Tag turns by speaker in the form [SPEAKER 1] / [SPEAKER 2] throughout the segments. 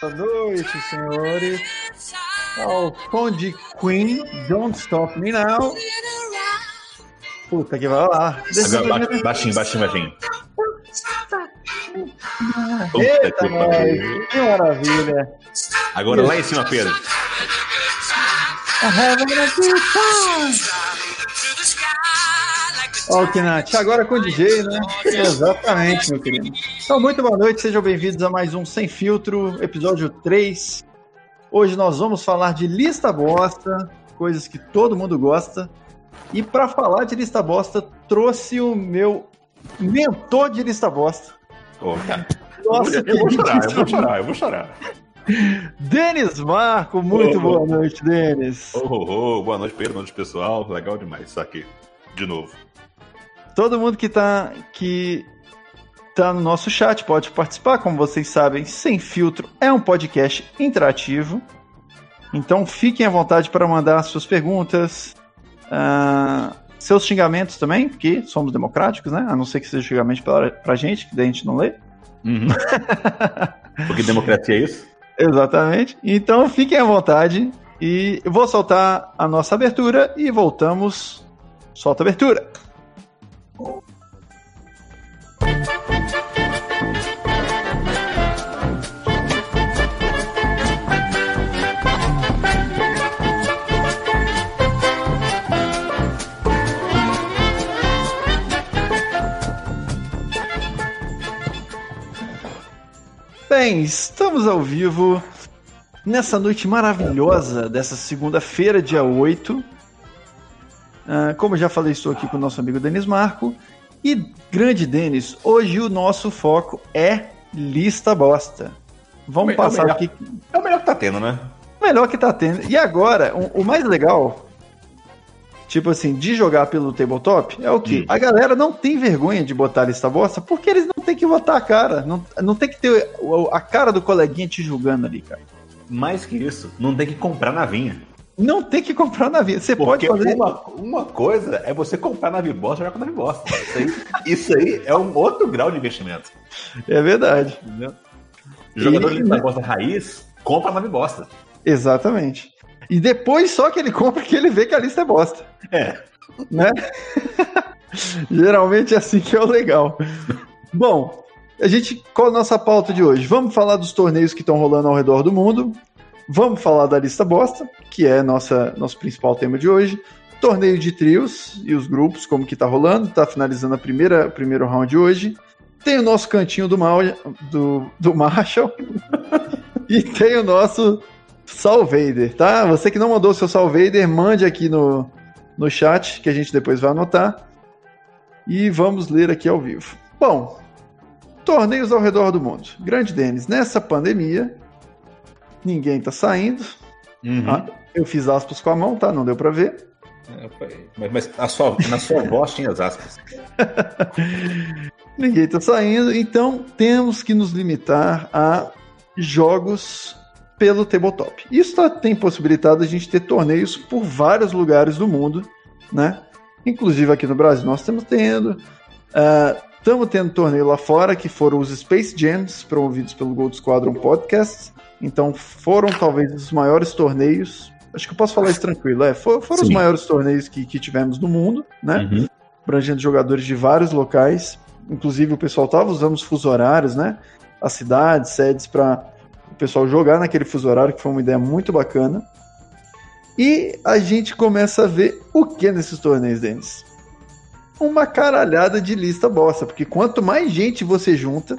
[SPEAKER 1] Boa noite, senhores. Ao som de Queen, Don't Stop Me Now. Puta que vai lá. Deixa eu-
[SPEAKER 2] Agora, ba- baixinho, baixinho, baixinho. Puta
[SPEAKER 1] Eita,
[SPEAKER 2] que
[SPEAKER 1] moleque,
[SPEAKER 2] pariu.
[SPEAKER 1] que maravilha.
[SPEAKER 2] Agora lá em cima, Pedro.
[SPEAKER 1] I'm having a good time. Ó, o Kinat, agora com o DJ, né? Exatamente, meu querido. Então, muito boa noite, sejam bem-vindos a mais um Sem Filtro, episódio 3. Hoje nós vamos falar de lista bosta, coisas que todo mundo gosta. E para falar de lista bosta, trouxe o meu mentor de lista bosta.
[SPEAKER 2] Ô, cara,
[SPEAKER 1] Nossa,
[SPEAKER 2] eu vou
[SPEAKER 1] que
[SPEAKER 2] chorar, eu vou chorar, eu vou chorar.
[SPEAKER 1] Denis Marco, muito
[SPEAKER 2] Ô,
[SPEAKER 1] boa noite, Denis.
[SPEAKER 2] Ô, ô, ô, boa noite, Pedro, boa noite, pessoal. Legal demais isso aqui. De novo.
[SPEAKER 1] Todo mundo que tá, que tá no nosso chat pode participar, como vocês sabem, Sem Filtro é um podcast interativo. Então fiquem à vontade para mandar suas perguntas, ah, seus xingamentos também, porque somos democráticos, né? A não ser que seja xingamento pra, pra gente, que daí a gente não lê.
[SPEAKER 2] Porque democracia é isso?
[SPEAKER 1] Exatamente. Então fiquem à vontade e eu vou soltar a nossa abertura e voltamos. Solta a abertura. Bem, estamos ao vivo nessa noite maravilhosa dessa segunda-feira, dia 8. Ah, como já falei, estou aqui com o nosso amigo Denis Marco. E, grande Denis, hoje o nosso foco é lista bosta. Vamos
[SPEAKER 2] É o
[SPEAKER 1] passar
[SPEAKER 2] melhor.
[SPEAKER 1] aqui
[SPEAKER 2] É o melhor que tá tendo, né?
[SPEAKER 1] melhor que tá tendo. E agora, um, o, o mais legal, tipo assim, de jogar pelo tabletop, é o que?
[SPEAKER 2] Hum.
[SPEAKER 1] A galera não tem vergonha de botar lista bosta, porque eles não tem que botar a cara. Não, não tem que ter o- a cara do coleguinha te julgando ali, cara.
[SPEAKER 2] Mais que isso, não tem que comprar na vinha.
[SPEAKER 1] Não tem que comprar na vida. Você pode
[SPEAKER 2] Porque
[SPEAKER 1] fazer.
[SPEAKER 2] uma, uma coisa é você comprar na Vibosta e jogar com a Vibosta. Isso aí, isso aí é um outro grau de investimento.
[SPEAKER 1] É verdade.
[SPEAKER 2] Entendeu? Jogador
[SPEAKER 1] E-
[SPEAKER 2] de Vibosta raiz, compra na Vibosta.
[SPEAKER 1] Exatamente. E depois só que ele compra que ele vê que a lista é bosta.
[SPEAKER 2] É.
[SPEAKER 1] Né? Geralmente é assim que é o legal. Bom, a gente. Qual a nossa pauta de hoje? Vamos falar dos torneios que estão rolando ao redor do mundo. Vamos falar da lista bosta, que é nossa, nosso principal tema de hoje. Torneio de trios e os grupos, como que tá rolando. Tá finalizando a primeira, o primeiro round de hoje. Tem o nosso cantinho do, mal, do, do Marshall. e tem o nosso Salvader, tá? Você que não mandou o seu Salvader, mande aqui no, no chat, que a gente depois vai anotar. E vamos ler aqui ao vivo. Bom, torneios ao redor do mundo. Grande Denis, nessa pandemia, ninguém tá saindo.
[SPEAKER 2] Uhum.
[SPEAKER 1] Ah, eu fiz aspas com a mão, tá? Não deu pra ver.
[SPEAKER 2] É, foi- Mas, mas a sua- na sua voz tinha as aspas. né?
[SPEAKER 1] Ninguém tá saindo, então temos que nos limitar a jogos pelo tabletop. Isso tá- tem possibilitado a gente ter torneios por vários lugares do mundo, né? Inclusive aqui no Brasil nós estamos tendo. Estamos tendo torneio lá fora, que foram os Space Jams, promovidos pelo Gold Squadron Podcast. Então foram talvez os maiores torneios. Acho que eu posso falar isso tranquilo. É, fo- foram os
[SPEAKER 2] Sim.
[SPEAKER 1] maiores torneios que, que tivemos no mundo, né?
[SPEAKER 2] Uhum.
[SPEAKER 1] abrangendo jogadores de vários locais. Inclusive, o pessoal estava usando os fuso horários, né? As cidades, sedes, para o pessoal jogar naquele fuso horário, que foi uma ideia muito bacana. E a gente começa a ver o que nesses torneios, Denis? Uma caralhada de lista bosta, porque quanto mais gente você junta,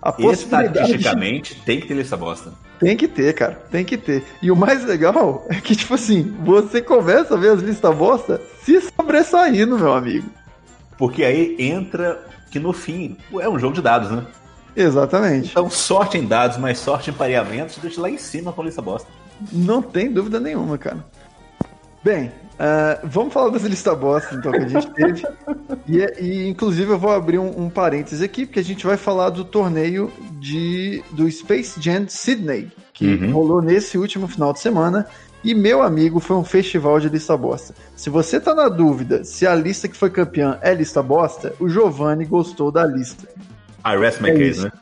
[SPEAKER 1] a possibilidade
[SPEAKER 2] Estatisticamente, tem que ter essa bosta.
[SPEAKER 1] tem que ter, cara. Tem que ter. E o mais legal é que, tipo assim, você começa a ver as listas bosta se sobressaindo, meu amigo.
[SPEAKER 2] Porque aí entra que no fim é um jogo de dados, né?
[SPEAKER 1] Exatamente.
[SPEAKER 2] Então, sorte em dados, mas sorte em pareamentos, deixa lá em cima com essa bosta.
[SPEAKER 1] Não tem dúvida nenhuma, cara. Bem, ah, vamos falar das listas bosta, então, que a gente teve. E, é- e, inclusive, eu vou abrir um, um parêntese aqui, porque a gente vai falar do torneio de, do Space Jam Sydney, que
[SPEAKER 2] Uhum.
[SPEAKER 1] rolou nesse último final de semana. E, meu amigo, foi um festival de lista bosta. Se você tá na dúvida se a lista que foi campeã é lista bosta, o Giovanni gostou da lista.
[SPEAKER 2] I rest my
[SPEAKER 1] É
[SPEAKER 2] case,
[SPEAKER 1] isso.
[SPEAKER 2] né?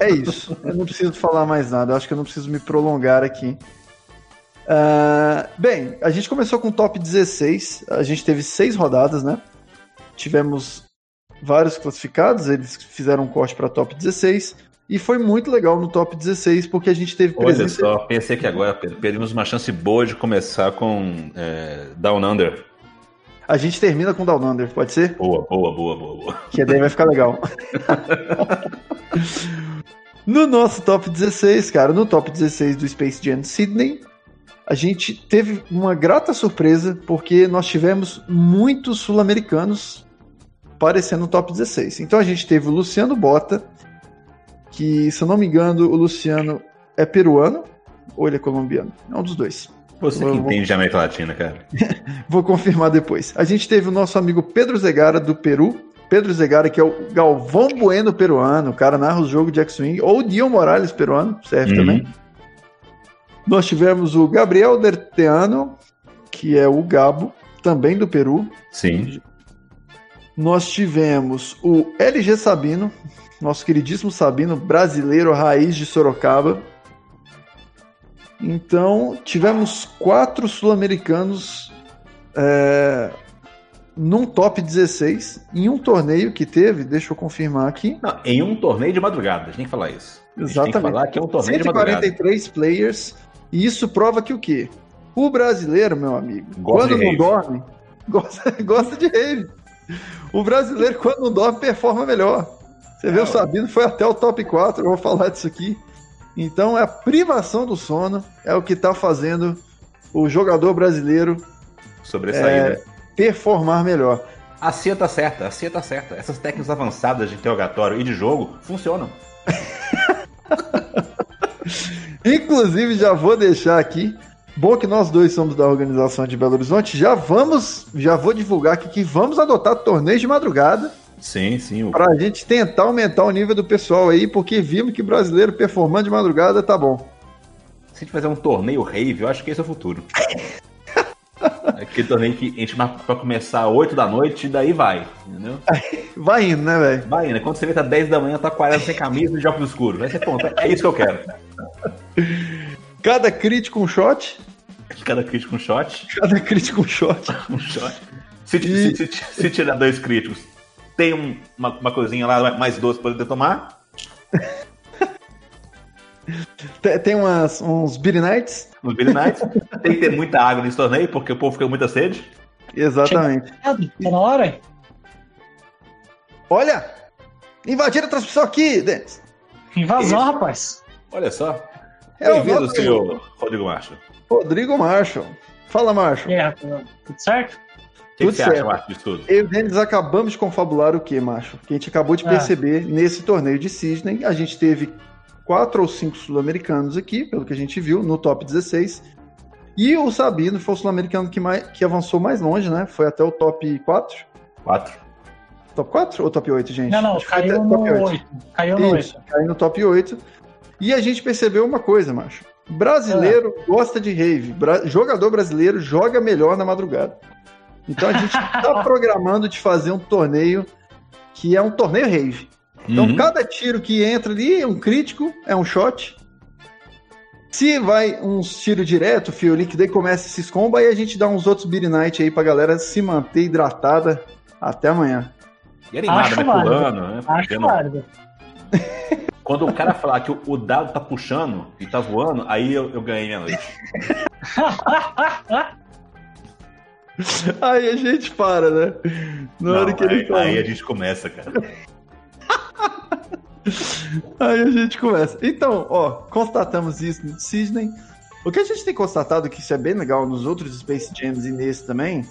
[SPEAKER 1] É isso. Eu não preciso falar mais nada. Eu acho que eu não preciso me prolongar aqui. Ah, bem, a gente começou com o top 16. A gente teve seis rodadas, né? Tivemos vários classificados. Eles fizeram um corte para top 16. E foi muito legal no top 16, porque a gente teve
[SPEAKER 2] Olha
[SPEAKER 1] presença.
[SPEAKER 2] só, pensei que agora Pedro, perdemos uma chance boa de começar com é, Down Under.
[SPEAKER 1] A gente termina com Down Under, pode ser?
[SPEAKER 2] Boa, boa, boa, boa, boa.
[SPEAKER 1] Que daí vai ficar legal. no nosso top 16, cara, no top 16 do Space Jam Sydney, a gente teve uma grata surpresa, porque nós tivemos muitos sul-americanos parecendo no top 16. Então a gente teve o Luciano Bota, que, se eu não me engano, o Luciano é peruano ou ele é colombiano? É um dos dois.
[SPEAKER 2] Você que
[SPEAKER 1] Vamos-
[SPEAKER 2] entende de América Latina, cara.
[SPEAKER 1] Vou confirmar depois. A gente teve o nosso amigo Pedro Zegara do Peru. Pedro Zegara, que é o Galvão Bueno peruano, o cara narra o jogo de X-Wing, ou o Dion Morales peruano, serve
[SPEAKER 2] Uhum.
[SPEAKER 1] também. Nós tivemos o Gabriel Derteano, que é o Gabo, também do Peru.
[SPEAKER 2] Sim.
[SPEAKER 1] Nós tivemos o LG Sabino, nosso queridíssimo Sabino, brasileiro, raiz de Sorocaba. Então, tivemos quatro sul-americanos é, num top 16 em um torneio que teve, deixa eu confirmar aqui.
[SPEAKER 2] Não, em um torneio de madrugada, a gente tem que falar isso. A gente Tem que
[SPEAKER 1] Exatamente.
[SPEAKER 2] falar que é um torneio de madrugada.
[SPEAKER 1] 143 players, e isso prova que o quê? O brasileiro, meu amigo,
[SPEAKER 2] Gosta
[SPEAKER 1] quando
[SPEAKER 2] de
[SPEAKER 1] não
[SPEAKER 2] rave.
[SPEAKER 1] dorme, gosta, gosta de rave. O brasileiro, quando não dorme, performa melhor. Você vê,
[SPEAKER 2] É,
[SPEAKER 1] o Sabino foi até o top 4, eu vou falar disso aqui. Então, a privação do sono é o que está fazendo o jogador brasileiro É,
[SPEAKER 2] Sobressaída.
[SPEAKER 1] performar melhor.
[SPEAKER 2] A CIA tá certa, a CIA tá certa. Essas técnicas avançadas de interrogatório e de jogo funcionam.
[SPEAKER 1] Inclusive, já vou deixar aqui. Bom que nós dois somos da organização de Belo Horizonte. Já vamos, já vou divulgar aqui que vamos adotar torneios de madrugada
[SPEAKER 2] Sim, sim. o-
[SPEAKER 1] para a gente tentar aumentar o nível do pessoal aí, porque vimos que brasileiro performando de madrugada tá bom.
[SPEAKER 2] Se a gente fizer um torneio rave, eu acho que esse é o futuro. Aquele torneio que a gente marca pra começar às 8 da noite e daí vai, entendeu?
[SPEAKER 1] Vai indo, né, velho?
[SPEAKER 2] Vai, né? Quando você vê, tá 10 da manhã, tá 40 sem camisa e de óculos escuros. Vai ser ponto. É isso que eu quero.
[SPEAKER 1] Cada crítico um shot,
[SPEAKER 2] Cada crítico um shot.
[SPEAKER 1] cada crítico um shot.
[SPEAKER 2] Um shot. Se,
[SPEAKER 1] E-
[SPEAKER 2] se- se- se tirar dois críticos, tem um- uma, uma coisinha lá mais doce pra poder tomar.
[SPEAKER 1] Te- Tem umas, uns Beer Nights.
[SPEAKER 2] Nos Billy Nights. Tem que ter muita água nesse torneio, porque o povo fica com muita sede.
[SPEAKER 1] Exatamente.
[SPEAKER 3] Tá na hora?
[SPEAKER 1] Olha! Invadiram a transmissão aqui, Denis.
[SPEAKER 3] Invasão, rapaz.
[SPEAKER 2] Olha só.
[SPEAKER 1] É o
[SPEAKER 2] Bem-vindo,
[SPEAKER 1] nosso
[SPEAKER 2] senhor Rodrigo Marcha.
[SPEAKER 1] Rodrigo Marshall. Fala, Marshall.
[SPEAKER 3] E aí, rapaz, tudo certo?
[SPEAKER 2] O que, que
[SPEAKER 1] Tudo
[SPEAKER 2] você acha,
[SPEAKER 1] certo.
[SPEAKER 2] Marcha, disso tudo?
[SPEAKER 1] Eu e o Denis acabamos de confabular o que, macho? Que a gente acabou de
[SPEAKER 3] Ah.
[SPEAKER 1] perceber nesse torneio de Sydney. A gente teve quatro ou cinco sul-americanos aqui, pelo que a gente viu, no top 16. E o Sabino foi o sul-americano que, mais- que avançou mais longe, né? Foi até o top 4.
[SPEAKER 2] Quatro.
[SPEAKER 1] Top 4 ou top 8, gente?
[SPEAKER 3] Não, não,
[SPEAKER 1] Acho que foi
[SPEAKER 3] caiu
[SPEAKER 1] até
[SPEAKER 3] no 8. Caiu no 8.
[SPEAKER 1] Isso, caiu Tá no top 8. E a gente percebeu uma coisa, macho. Brasileiro gosta de rave. Bra- jogador brasileiro joga melhor na madrugada. Então a gente tá programando de fazer um torneio que é um torneio rave. Então
[SPEAKER 2] Uhum.
[SPEAKER 1] cada tiro que entra ali é um crítico, é um shot. Se vai uns tiros direto, fio que daí começa esses combo, aí a gente dá uns outros Beer Night aí pra galera se manter hidratada até amanhã.
[SPEAKER 2] E animado,
[SPEAKER 3] Acho
[SPEAKER 2] né?
[SPEAKER 3] válido.
[SPEAKER 2] Pulando, né?
[SPEAKER 3] Acho
[SPEAKER 2] fazendo-
[SPEAKER 3] válido.
[SPEAKER 2] Quando o cara falar que o o dado tá puxando e tá voando, aí eu, eu ganhei minha noite.
[SPEAKER 3] Ah,
[SPEAKER 1] Aí a gente para, né? Na hora
[SPEAKER 2] Não,
[SPEAKER 1] que ele
[SPEAKER 2] aí,
[SPEAKER 1] fala.
[SPEAKER 2] aí a gente começa, cara.
[SPEAKER 1] Aí a gente começa. Então, ó, constatamos isso no Sidney. O que a gente tem constatado, que isso é bem legal nos outros Space Jams e nesse também,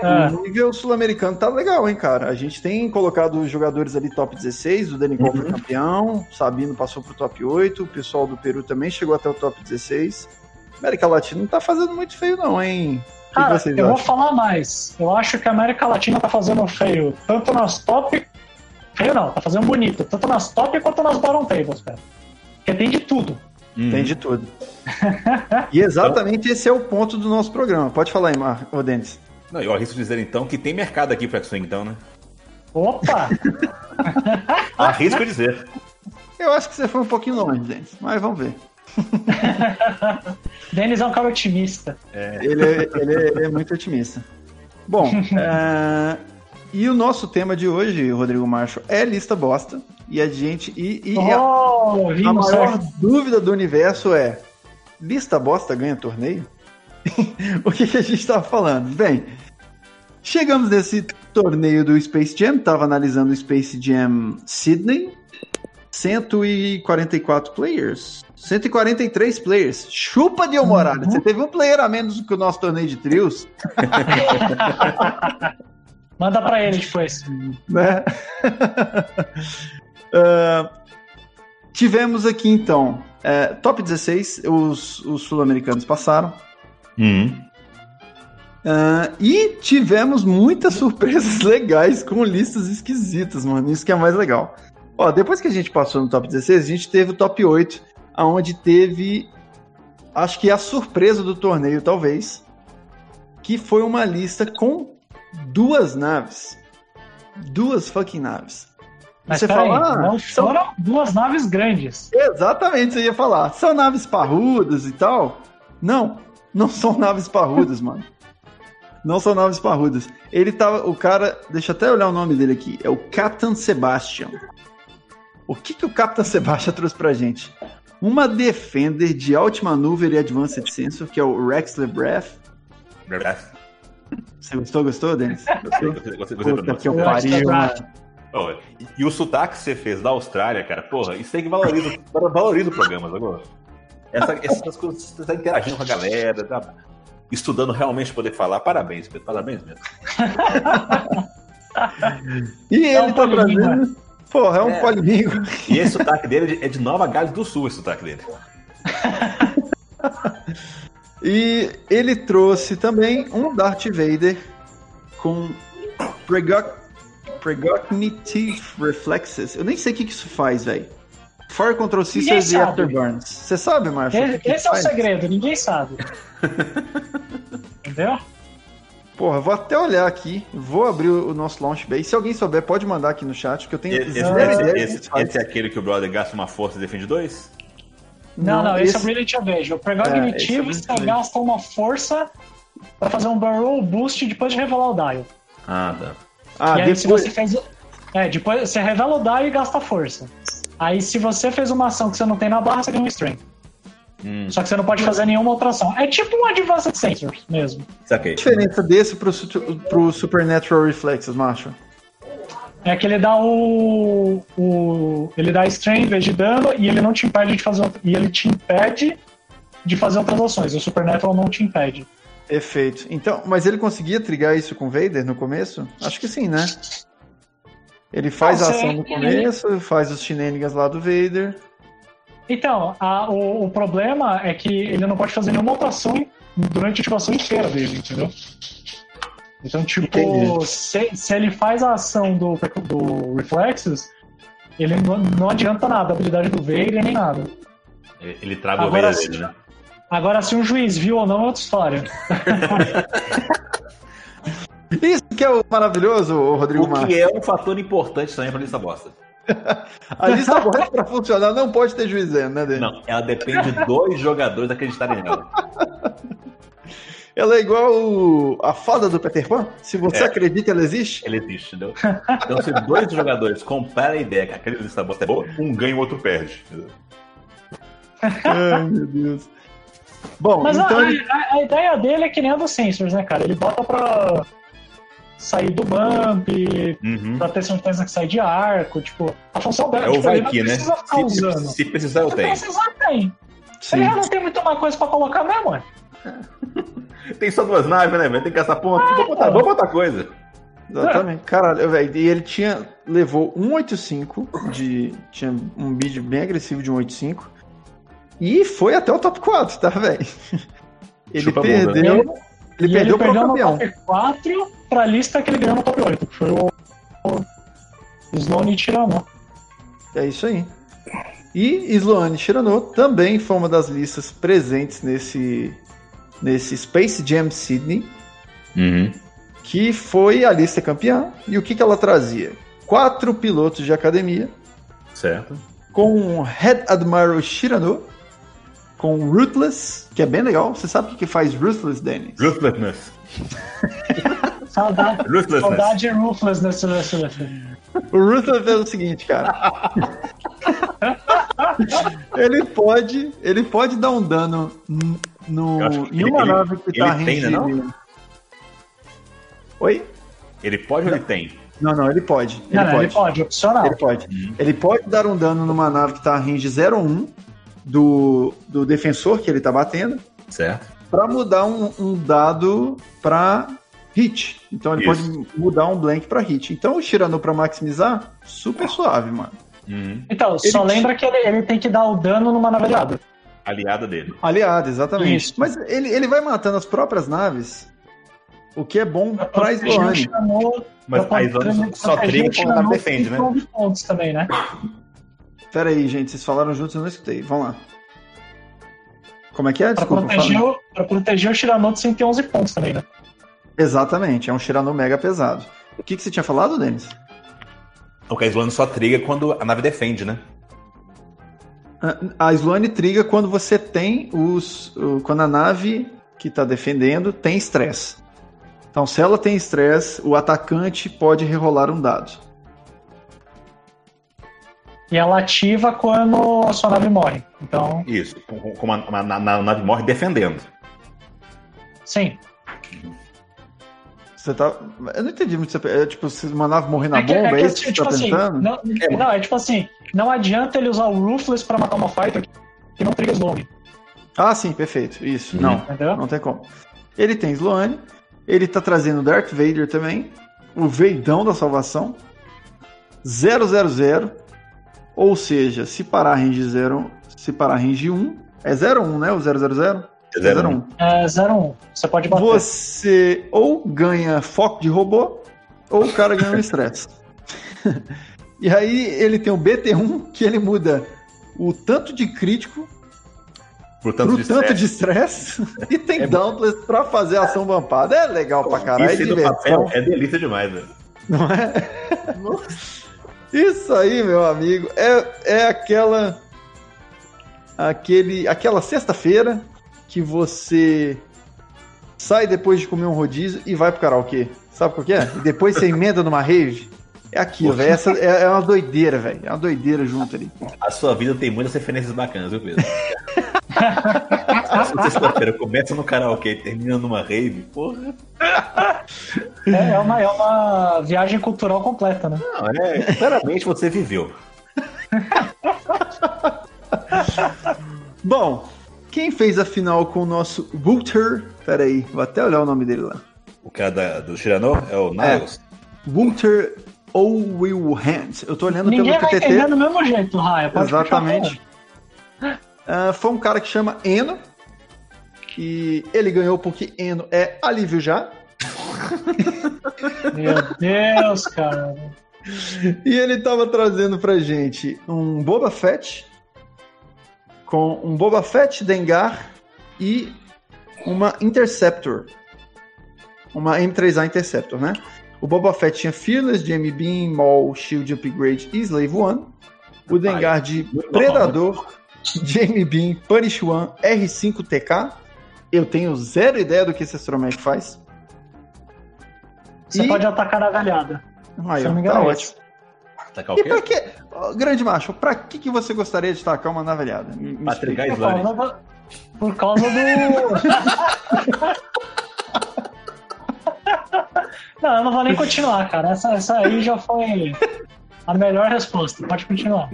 [SPEAKER 3] Ah,
[SPEAKER 1] o nível sul-americano tá legal, hein, cara? A gente tem colocado os jogadores ali top 16, o Denicol foi campeão, o Sabino passou pro top 8, o pessoal do Peru também chegou até o top 16. América Latina não tá fazendo muito feio não, hein? O que que,
[SPEAKER 3] cara,
[SPEAKER 1] vocês
[SPEAKER 3] eu vou
[SPEAKER 1] acham?
[SPEAKER 3] falar mais. Eu acho que a América Latina tá fazendo feio, tanto nas top. Feio não, tá fazendo bonito, tanto nas top quanto nas bottom tables, cara. Porque tem de tudo.
[SPEAKER 2] Hum.
[SPEAKER 1] Tem de tudo. e exatamente esse é o ponto do nosso programa. Pode falar aí, Mar... ô, Denis.
[SPEAKER 2] Não, eu arrisco dizer então que tem mercado aqui pra X-Wing, então, né?
[SPEAKER 3] Opa! né?
[SPEAKER 2] Arrisco dizer.
[SPEAKER 1] Eu acho que você foi um pouquinho longe, Denis, mas vamos ver.
[SPEAKER 3] Denis é um cara otimista.
[SPEAKER 1] Ele, é- ele é- ele é muito otimista. Bom, é, e o nosso tema de hoje, Rodrigo Macho, é lista bosta. E a gente. E, e a,
[SPEAKER 3] oh,
[SPEAKER 1] a
[SPEAKER 3] vimos
[SPEAKER 1] maior
[SPEAKER 3] certo.
[SPEAKER 1] dúvida do universo é: lista bosta ganha torneio? o que, que a gente tava falando? Bem, chegamos nesse torneio do Space Jam, tava analisando o Space Jam Sydney. 144 players. 143 players. Chupa de Morada. Você teve um player a menos que o nosso torneio de trios,
[SPEAKER 3] Manda pra ele depois.
[SPEAKER 1] né? Ah, tivemos aqui então eh, top 16. Os, os sul-americanos passaram. Uhum.
[SPEAKER 2] Hum.
[SPEAKER 1] Ah, e tivemos muitas surpresas legais com listas esquisitas, mano. Isso que é mais legal. Ó, depois que a gente passou no top 16, a gente teve o top 8, aonde teve acho que a surpresa do torneio, talvez, que foi uma lista com duas naves. Duas fucking naves.
[SPEAKER 3] Mas
[SPEAKER 1] Você
[SPEAKER 3] peraí,
[SPEAKER 1] fala, ah,
[SPEAKER 3] não
[SPEAKER 1] são-
[SPEAKER 3] foram duas naves grandes.
[SPEAKER 1] Exatamente, você ia falar. São naves parrudas e tal? Não, não são naves parrudas, mano. Não são naves parrudas. Ele tava. O cara. Deixa eu até olhar o nome dele aqui. É o Captain Sebastian. O que, que o Captain Sebastian trouxe pra gente? Uma Defender de Alt Maneuver e Advanced Sensor, que é o Rexler Breath. Você gostou, gostou, Denis?
[SPEAKER 2] É
[SPEAKER 1] Gostou?
[SPEAKER 2] Gostei, gostei, gostei do
[SPEAKER 1] Puta
[SPEAKER 2] nome.
[SPEAKER 1] que eu
[SPEAKER 3] Rexler
[SPEAKER 1] pariu, mano.
[SPEAKER 3] Breath.
[SPEAKER 2] Ó, é. E o sotaque que você fez da Austrália, cara, porra, isso aí que valoriza, valoriza o programa, sacou? Essa, essas coisas, você tá interagindo com a galera, tá estudando realmente poder falar. Parabéns, Pedro, parabéns mesmo.
[SPEAKER 1] E
[SPEAKER 3] É
[SPEAKER 1] ele
[SPEAKER 3] um
[SPEAKER 1] tá
[SPEAKER 3] polilingua.
[SPEAKER 1] trazendo. Porra, é um
[SPEAKER 2] É.
[SPEAKER 1] polilingua.
[SPEAKER 2] E esse sotaque dele é de- é de Nova Gales do Sul, esse sotaque dele.
[SPEAKER 1] E ele trouxe também um Darth Vader com prego- Precognitive Reflexes. Eu nem sei o que, que isso faz, velho. Fire Control Systems e
[SPEAKER 3] sabe.
[SPEAKER 1] Afterburns. Você sabe, Marshall? o que
[SPEAKER 3] Esse,
[SPEAKER 1] que
[SPEAKER 3] esse é o
[SPEAKER 1] faz?
[SPEAKER 3] segredo, ninguém sabe. Entendeu?
[SPEAKER 1] Porra, vou até olhar aqui. Vou abrir o o nosso launch bay. Se alguém souber, pode mandar aqui no chat, porque eu tenho
[SPEAKER 2] Esse,
[SPEAKER 1] zero
[SPEAKER 2] esse-
[SPEAKER 1] ideia do que
[SPEAKER 2] esse-
[SPEAKER 1] isso faz.
[SPEAKER 2] esse é aquele que o brother gasta uma força e defende dois?
[SPEAKER 3] Não, não, esse é o Brilliant Evasion.
[SPEAKER 1] É,
[SPEAKER 3] O
[SPEAKER 1] esse é o
[SPEAKER 3] precognitivo,
[SPEAKER 1] Brilliant
[SPEAKER 3] você
[SPEAKER 1] Evasion.
[SPEAKER 3] gasta uma força pra fazer um barrel boost depois de revelar o dial.
[SPEAKER 2] Ah, tá.
[SPEAKER 1] Ah,
[SPEAKER 3] e aí, se
[SPEAKER 1] depois...
[SPEAKER 3] você fez. É, depois você revela o dial e gasta força. Aí, se você fez uma ação que você não tem na barra, você ganha um strength.
[SPEAKER 2] Hum,
[SPEAKER 3] Só que você não pode fazer nenhuma outra ação. É tipo um Advanced Sensor mesmo.
[SPEAKER 2] saquei.
[SPEAKER 1] a diferença desse pro, su- pro Supernatural Reflexes, Marshall?
[SPEAKER 3] É que ele dá o. o ele dá strength em vez de dano e ele não te impede de fazer. E ele te impede de fazer outras ações. O Supernatural não te impede.
[SPEAKER 1] Perfeito. Então, mas ele conseguia trigar isso com o Vader no começo? Acho que sim, né? Ele faz a
[SPEAKER 3] Não,
[SPEAKER 1] ação
[SPEAKER 3] sim.
[SPEAKER 1] no começo, faz os shenanigans lá do Vader.
[SPEAKER 3] Então, a- o, o problema é que ele não pode fazer nenhuma outra ação durante a ativação inteira dele, entendeu? Então, tipo,
[SPEAKER 1] Entendi.
[SPEAKER 3] se, se ele faz a ação do, do Reflexes, ele não, não adianta nada, a habilidade do Vader nem nada.
[SPEAKER 2] Ele, ele trava o
[SPEAKER 3] Agora
[SPEAKER 2] orelha
[SPEAKER 3] sim.
[SPEAKER 2] dele, né?
[SPEAKER 3] Agora, se um juiz viu ou não, é outra história.
[SPEAKER 1] Isso que é o maravilhoso, ô Rodrigo
[SPEAKER 2] O
[SPEAKER 1] Marques.
[SPEAKER 2] que é um fator importante também pra lista bosta.
[SPEAKER 1] A lista bosta pra funcionar não pode ter juizendo, né, Denis?
[SPEAKER 2] Não, ela depende de dois jogadores acreditarem nela.
[SPEAKER 1] Ela é igual o- a fada do Peter Pan. Se você
[SPEAKER 2] É.
[SPEAKER 1] acredita, ela existe.
[SPEAKER 2] Ela existe, entendeu? Então, se dois jogadores comprarem a ideia que aquele lista bosta é boa, um ganha e o outro perde. entendeu?
[SPEAKER 1] Ai, meu Deus. Bom,
[SPEAKER 3] Mas a-
[SPEAKER 1] então
[SPEAKER 3] a,
[SPEAKER 1] ele...
[SPEAKER 3] a- a ideia dele é que nem a dos Sensors, né, cara? Ele bota pra sair do bump, pra ter certeza que sai de arco, tipo, a função dela
[SPEAKER 2] É o
[SPEAKER 3] tipo,
[SPEAKER 2] vai
[SPEAKER 3] ele não
[SPEAKER 2] que, né?
[SPEAKER 3] precisa ficar usando.
[SPEAKER 2] Se, se precisar, eu
[SPEAKER 3] Se
[SPEAKER 2] tenho.
[SPEAKER 3] precisar, tem. Ele é
[SPEAKER 1] Sim.
[SPEAKER 3] já não tem muito mais coisa pra colocar mesmo, é?
[SPEAKER 2] Tem só duas naves, né, velho? Tem que gastar
[SPEAKER 3] É,
[SPEAKER 2] ponto. Vou botar,
[SPEAKER 3] pô.
[SPEAKER 2] vou botar coisa.
[SPEAKER 1] Exatamente. Caralho, velho. E ele tinha. Levou 185 de. Tinha um bid bem agressivo de 185. E foi até o top 4, tá, velho? Ele
[SPEAKER 2] Chupa a bunda, né?
[SPEAKER 1] perdeu. Ele
[SPEAKER 3] e
[SPEAKER 1] perdeu
[SPEAKER 3] ele
[SPEAKER 1] pro
[SPEAKER 3] perdeu no
[SPEAKER 1] campeão.
[SPEAKER 3] top 4 pra lista que ele ganhou no top 8, que foi o, o Sloane Tirano.
[SPEAKER 1] É isso aí. E Sloane Chirano também foi uma das listas presentes nesse. Nesse Space Jam Sydney. que foi a lista campeã. E o que, que ela trazia? Quatro pilotos de academia,
[SPEAKER 2] Certo.
[SPEAKER 1] com um Head Admiral Shirano, com um Ruthless, que é bem legal. Você sabe o que faz Ruthless, Dennis?
[SPEAKER 2] Ruthlessness.
[SPEAKER 3] Saudade,
[SPEAKER 2] Ruthlessness.
[SPEAKER 3] saudade e ruthless nessa nessa- nessa-
[SPEAKER 1] O Ruthless é o seguinte, cara. ele pode, ele pode dar um dano n- no,
[SPEAKER 2] Eu acho que
[SPEAKER 1] em
[SPEAKER 2] ele-
[SPEAKER 1] uma
[SPEAKER 2] ele-
[SPEAKER 1] nave que tá
[SPEAKER 2] ele tem, né,
[SPEAKER 1] rende- Oi?
[SPEAKER 2] Ele pode ou ele tem?
[SPEAKER 1] Não, não, ele pode. Ele
[SPEAKER 3] Não,
[SPEAKER 1] pode.
[SPEAKER 3] não, ele pode, opcional.
[SPEAKER 1] Ele pode.
[SPEAKER 2] Uhum.
[SPEAKER 1] Ele pode dar um dano numa nave que tá a range 01 do, do defensor que ele tá batendo,
[SPEAKER 2] Certo.
[SPEAKER 1] pra mudar um, um dado pra hit. Então ele
[SPEAKER 2] Isso.
[SPEAKER 1] pode mudar um blank pra hit. Então o Shirano pra maximizar, super suave, mano.
[SPEAKER 2] Uhum.
[SPEAKER 3] Então, só
[SPEAKER 1] Ele-
[SPEAKER 3] lembra que ele, ele tem que dar o dano numa navegada.
[SPEAKER 2] Aliada dele.
[SPEAKER 1] Aliado, exatamente.
[SPEAKER 3] Isso.
[SPEAKER 1] Mas ele, ele vai matando as próprias naves, o que é bom pra Sloane.
[SPEAKER 2] Mas a Islândia só triga quando ela defende, né?
[SPEAKER 3] pontos também, né?
[SPEAKER 1] Pera aí, gente, vocês falaram juntos, eu não escutei. Vamos lá. Como é que é?
[SPEAKER 3] Pra
[SPEAKER 1] Desculpa.
[SPEAKER 3] proteger,
[SPEAKER 1] fala.
[SPEAKER 3] o, pra proteger o Shiranoto sem ter 11 pontos também, né?
[SPEAKER 1] Exatamente, é um Shirano mega pesado. O que, que você tinha falado, Denis?
[SPEAKER 2] O Islândia só triga quando a nave defende, né?
[SPEAKER 1] A- A Sloane triga quando você tem os. o- Quando a nave que está defendendo tem estresse. Então, se ela tem estresse, o atacante pode rerolar um dado.
[SPEAKER 3] E ela ativa quando a sua nave morre. Então,
[SPEAKER 2] Isso. Com- com uma- uma- na- na- a nave morre defendendo.
[SPEAKER 3] sim.
[SPEAKER 1] Você tá. Eu não entendi muito. É tipo, se uma nave morrer na
[SPEAKER 3] é que,
[SPEAKER 1] bomba,
[SPEAKER 3] é
[SPEAKER 1] é,
[SPEAKER 3] que,
[SPEAKER 1] isso que você
[SPEAKER 3] tipo
[SPEAKER 1] tá
[SPEAKER 3] assim,
[SPEAKER 1] tentando?
[SPEAKER 3] não, não, é tipo assim, não adianta ele usar o Ruthless pra matar uma fighter que não triga Sloane,
[SPEAKER 1] Ah, sim, perfeito. Isso.
[SPEAKER 2] Uhum.
[SPEAKER 1] Não.
[SPEAKER 3] entendeu?
[SPEAKER 1] Não tem como. Ele tem Sloane. Ele tá trazendo Darth Vader também. O Veidão da Salvação. 000. Ou seja, se parar a range 0. Se parar a range 1. É 01, né? O 000?
[SPEAKER 2] É
[SPEAKER 1] 01.
[SPEAKER 2] 01.
[SPEAKER 3] É 0-1. Você pode bater.
[SPEAKER 1] Você ou ganha foco de robô, ou o cara ganha um estresse. e aí ele tem o BT1, que ele muda o tanto de crítico
[SPEAKER 2] Por tanto
[SPEAKER 1] pro
[SPEAKER 2] de
[SPEAKER 1] tanto
[SPEAKER 2] stress.
[SPEAKER 1] de estresse, e tem
[SPEAKER 2] É
[SPEAKER 1] Dauntless pra fazer ação vampada. É legal pra caralho, é
[SPEAKER 2] Isso aí no
[SPEAKER 1] diversão,
[SPEAKER 2] papel é delícia demais, velho.
[SPEAKER 1] não é? Isso aí, meu amigo, é, é aquela... Aquele, aquela sexta-feira que você sai depois de comer um rodízio e vai pro karaokê. Sabe qual que é? E depois você emenda numa rave. É aquilo, velho. Essa é, é uma doideira, velho. É uma doideira junto ali.
[SPEAKER 2] A sua vida tem muitas referências bacanas, viu, Pedro? Sexta-feira começa no karaokê e termina numa rave, porra.
[SPEAKER 3] É, é uma, é uma viagem cultural completa, né?
[SPEAKER 2] Não, é. Claramente você viveu.
[SPEAKER 1] Bom, quem fez a final com o nosso Walter? Peraí, vou até olhar o nome dele lá.
[SPEAKER 2] O cara da- do Tiranô é o Niles.
[SPEAKER 1] Walter Owilhand. Eu tô olhando
[SPEAKER 3] Ninguém
[SPEAKER 1] pelo
[SPEAKER 3] vai entender
[SPEAKER 1] QTT.
[SPEAKER 3] do mesmo jeito, Raia. Pode puxar
[SPEAKER 1] Exatamente.
[SPEAKER 3] fora.
[SPEAKER 1] Ah, foi um cara que chama Eno. E ele ganhou porque Eno é alívio já.
[SPEAKER 3] Meu Deus, cara.
[SPEAKER 1] E ele tava trazendo pra gente um Boba Fett. Com um Boba Fett Dengar e uma Interceptor. Uma M3A Interceptor, né? O Boba Fett tinha Fearless, Jamie Bean, Maul, Shield Upgrade e Slave One. O Dengar de
[SPEAKER 2] Muito
[SPEAKER 1] Predador, Jamie Bean, Punish One, R5TK. Eu tenho zero ideia do que esse Astromech faz.
[SPEAKER 3] Você
[SPEAKER 1] E-
[SPEAKER 3] pode atacar na galhada.
[SPEAKER 1] Aí,
[SPEAKER 3] Se eu não
[SPEAKER 1] ó,
[SPEAKER 3] me
[SPEAKER 1] tá
[SPEAKER 3] engano,
[SPEAKER 1] ótimo.
[SPEAKER 3] é isso.
[SPEAKER 2] Atacar Tá o
[SPEAKER 1] E
[SPEAKER 2] quê? É
[SPEAKER 1] pra que, Ó, grande macho, pra que, que você gostaria de tacar uma navalhada? Me- me
[SPEAKER 2] Pra
[SPEAKER 1] explica.
[SPEAKER 2] trigar a
[SPEAKER 3] Por
[SPEAKER 2] Islândia.
[SPEAKER 3] causa do. Por causa do... Não, eu não vou nem continuar, cara. Essa, essa aí já foi a melhor resposta. Pode continuar.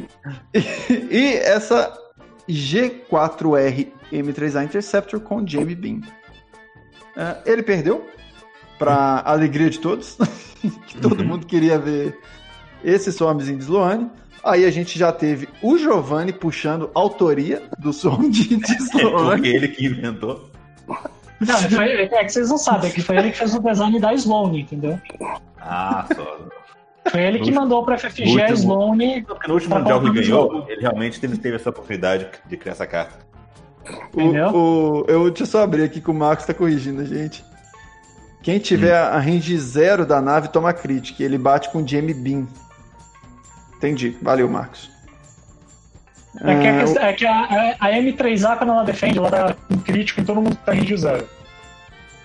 [SPEAKER 1] E essa G4R M3A Interceptor com Jamie Bean. Ah, ele perdeu, pra alegria de todos, que todo
[SPEAKER 2] Uhum.
[SPEAKER 1] mundo queria ver esse somezinho de Sloane. Aí a gente já teve o Giovanni puxando autoria do som de, de
[SPEAKER 2] É
[SPEAKER 1] Sloane.
[SPEAKER 2] porque ele que inventou.
[SPEAKER 3] Não, foi- é que vocês não sabem, é que foi ele que fez o design da Sloane, entendeu?
[SPEAKER 2] Ah, só.
[SPEAKER 3] Foi ele que
[SPEAKER 2] Muito-
[SPEAKER 3] mandou pra FFG a
[SPEAKER 2] muito bom.
[SPEAKER 3] Sloane.
[SPEAKER 2] Porque no último
[SPEAKER 3] Tá
[SPEAKER 2] mundial que ele
[SPEAKER 3] faltando
[SPEAKER 2] ganhou, ele realmente teve, teve essa oportunidade de criar essa carta.
[SPEAKER 1] O-
[SPEAKER 3] Entendeu?
[SPEAKER 1] o- eu deixa eu só abrir aqui que o Marcos tá corrigindo a gente. Quem tiver a range zero da nave toma crítica. Ele bate com Ah, o Jamie Bean. Entendi. Valeu, Marcos.
[SPEAKER 3] É que, a, questão- é que a- a- a M3A, quando ela defende, ela dá um crítico e todo mundo corrige o zero.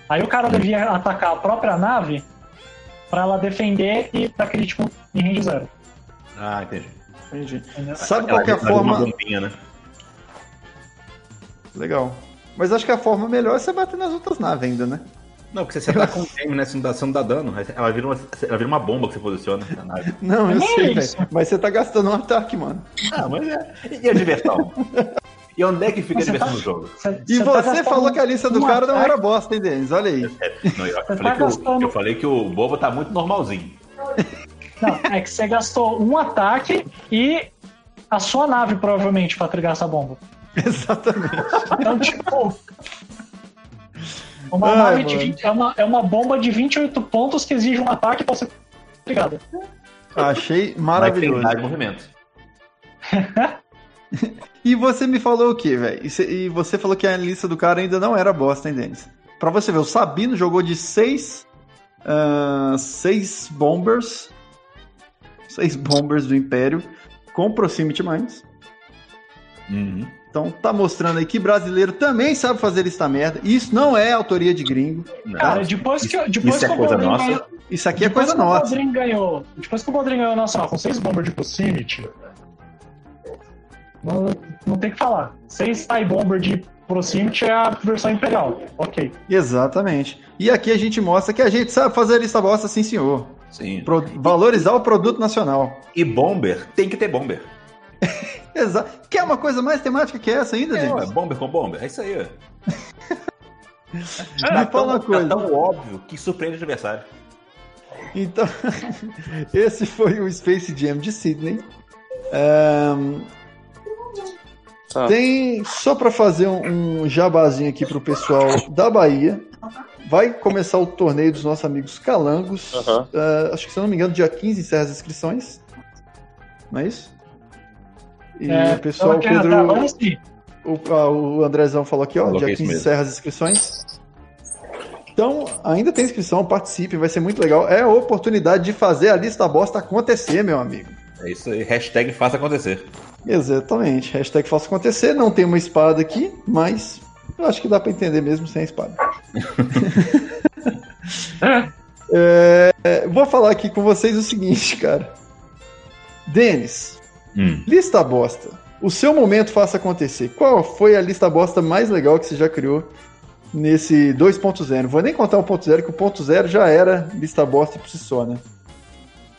[SPEAKER 3] Aí o cara devia atacar a própria nave pra ela defender e dar crítico em range zero.
[SPEAKER 2] Ah, entendi.
[SPEAKER 1] Entendi.
[SPEAKER 3] entendeu?
[SPEAKER 1] Sabe
[SPEAKER 2] Ela
[SPEAKER 1] qual que é a
[SPEAKER 2] joga uma
[SPEAKER 1] forma.
[SPEAKER 2] bombinha, né?
[SPEAKER 1] Legal. Mas acho que a forma melhor é você bater nas outras naves ainda, né?
[SPEAKER 2] Não, porque você ataca um time, né? Você não dá, você não dá dano. Ela vira, uma, ela vira uma bomba que você posiciona na nave.
[SPEAKER 1] Não, eu
[SPEAKER 3] Não é
[SPEAKER 1] sei,
[SPEAKER 3] isso.
[SPEAKER 1] velho. Mas você tá gastando um ataque, mano.
[SPEAKER 2] Ah, mas é. E a diversão? E onde é que fica a
[SPEAKER 3] Você
[SPEAKER 2] diversão
[SPEAKER 3] tá-
[SPEAKER 2] no jogo?
[SPEAKER 3] Cê-
[SPEAKER 1] E
[SPEAKER 3] cê tá
[SPEAKER 1] você
[SPEAKER 3] gastando
[SPEAKER 1] falou que a lista do
[SPEAKER 3] um
[SPEAKER 1] cara não
[SPEAKER 3] ataque.
[SPEAKER 1] era bosta, hein, Denis? Olha aí.
[SPEAKER 2] Não, eu,
[SPEAKER 3] Você
[SPEAKER 2] falei
[SPEAKER 3] tá
[SPEAKER 2] que o,
[SPEAKER 3] gastando-
[SPEAKER 2] eu falei que o Bobo tá muito normalzinho.
[SPEAKER 3] Não, é que você gastou um ataque e a sua nave, provavelmente, pra trigar essa bomba.
[SPEAKER 1] Exatamente.
[SPEAKER 3] Então, tipo. Uma
[SPEAKER 1] Ai,
[SPEAKER 3] nave de
[SPEAKER 1] mano.
[SPEAKER 3] 20, é, uma, é uma bomba de 28 pontos que exige um ataque pra ser trigada.
[SPEAKER 1] Achei
[SPEAKER 2] Mas tem
[SPEAKER 1] maravilhoso.
[SPEAKER 2] idade de movimento.
[SPEAKER 1] E você me falou o quê, velho? E, cê- e você falou que a lista do cara ainda não era bosta, hein, Denis? Pra você ver, o Sabino jogou de seis. ah, seis bombers. Seis bombers do Império. Com Proximity Mines.
[SPEAKER 2] Uhum.
[SPEAKER 1] Então tá mostrando aí que brasileiro também sabe fazer lista merda. Isso não é autoria de gringo.
[SPEAKER 2] Não,
[SPEAKER 3] Cara, depois que, depois
[SPEAKER 2] isso é
[SPEAKER 3] que o
[SPEAKER 2] coisa
[SPEAKER 3] Baldwin
[SPEAKER 2] nossa?
[SPEAKER 3] ganhou-
[SPEAKER 1] Isso aqui é
[SPEAKER 3] depois
[SPEAKER 1] coisa
[SPEAKER 3] que o
[SPEAKER 1] nossa.
[SPEAKER 3] Baldwin ganhou, depois que o Bodrin ganhou nacional com seis bombas de proximity, não, não tem o que falar. Seis tie bomber de proximity é a versão imperial. Ok.
[SPEAKER 1] Exatamente. E aqui a gente mostra que a gente sabe fazer lista bosta, sim, senhor.
[SPEAKER 2] sim.
[SPEAKER 1] Pro- valorizar o produto nacional.
[SPEAKER 2] E bomber, tem que ter bomber.
[SPEAKER 1] Exato. Quer uma coisa mais temática que essa ainda,
[SPEAKER 2] É, ué,
[SPEAKER 1] gente?
[SPEAKER 2] bomber com bomber, é isso aí. ué.
[SPEAKER 1] Me fala uma
[SPEAKER 2] tá
[SPEAKER 1] coisa.
[SPEAKER 2] tão óbvio que surpreende o adversário.
[SPEAKER 1] Então, esse foi o Space Jam de Sydney. Ahn,
[SPEAKER 4] Ah.
[SPEAKER 1] Tem só para fazer um, um jabazinho aqui pro pessoal da Bahia. Vai começar o torneio dos nossos amigos Calangos.
[SPEAKER 4] Aham.
[SPEAKER 1] Ah, acho que, se eu não me engano, dia 15 encerra as inscrições. Não é isso? E
[SPEAKER 3] É,
[SPEAKER 1] o pessoal, o
[SPEAKER 3] então, até agora,
[SPEAKER 1] Pedro.
[SPEAKER 3] sim.
[SPEAKER 1] O, ah, o Andrezão falou aqui, ó,
[SPEAKER 2] Coloquei
[SPEAKER 1] dia
[SPEAKER 2] isso
[SPEAKER 1] 15
[SPEAKER 2] mesmo.
[SPEAKER 1] encerra as inscrições. Então, ainda tem inscrição, participe, vai ser muito legal. É a oportunidade de fazer a lista bosta acontecer, meu amigo.
[SPEAKER 2] É isso aí. Hashtag faça acontecer.
[SPEAKER 1] Exatamente. Hashtag faça acontecer, não tem uma espada aqui, mas eu acho que dá pra entender mesmo sem a espada.
[SPEAKER 3] Ah,
[SPEAKER 1] É, é, vou falar aqui com vocês o seguinte, cara. Denis,
[SPEAKER 2] Hum.
[SPEAKER 1] lista bosta. O seu momento faça acontecer. Qual foi a lista bosta mais legal que você já criou nesse 2.0? Vou nem contar o ponto zero, que o ponto zero já era lista bosta por si só, né?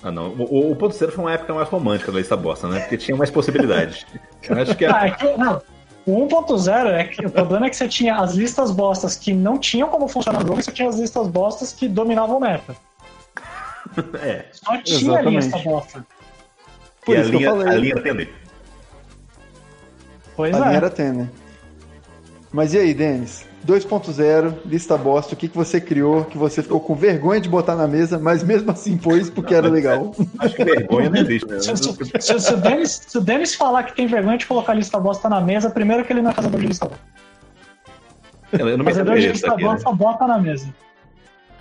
[SPEAKER 2] Ah, não. O, o ponto zero foi uma época mais romântica da lista bosta, né? Porque tinha mais possibilidades. Eu acho que a...
[SPEAKER 3] Ah, é que- não. O 1.0 é que o problema é que você tinha as listas bostas que não tinham como funcionar o jogo, e você tinha as listas bostas que dominavam o meta.
[SPEAKER 2] é.
[SPEAKER 3] Só tinha
[SPEAKER 1] Exatamente.
[SPEAKER 3] lista bosta.
[SPEAKER 1] Por
[SPEAKER 2] e a
[SPEAKER 1] isso que
[SPEAKER 2] linha,
[SPEAKER 1] eu falei.
[SPEAKER 2] a linha atender.
[SPEAKER 3] Pois
[SPEAKER 1] A
[SPEAKER 3] é.
[SPEAKER 1] minha era Temer. Mas e aí, Denis? 2.0, lista bosta, o que, que você criou, que você ficou com vergonha de botar na mesa, mas mesmo assim pôs porque era legal.
[SPEAKER 2] Acho que vergonha não existe. Né?
[SPEAKER 3] Se, se- se- se o Dennis, se o Dennis falar que tem vergonha de colocar lista bosta na mesa, primeiro que ele não é fazedor de lista bosta.
[SPEAKER 2] Eu não me
[SPEAKER 3] Fazedor
[SPEAKER 2] lembro
[SPEAKER 3] de
[SPEAKER 2] disso
[SPEAKER 3] lista
[SPEAKER 2] aqui, né?
[SPEAKER 3] bosta bota na mesa.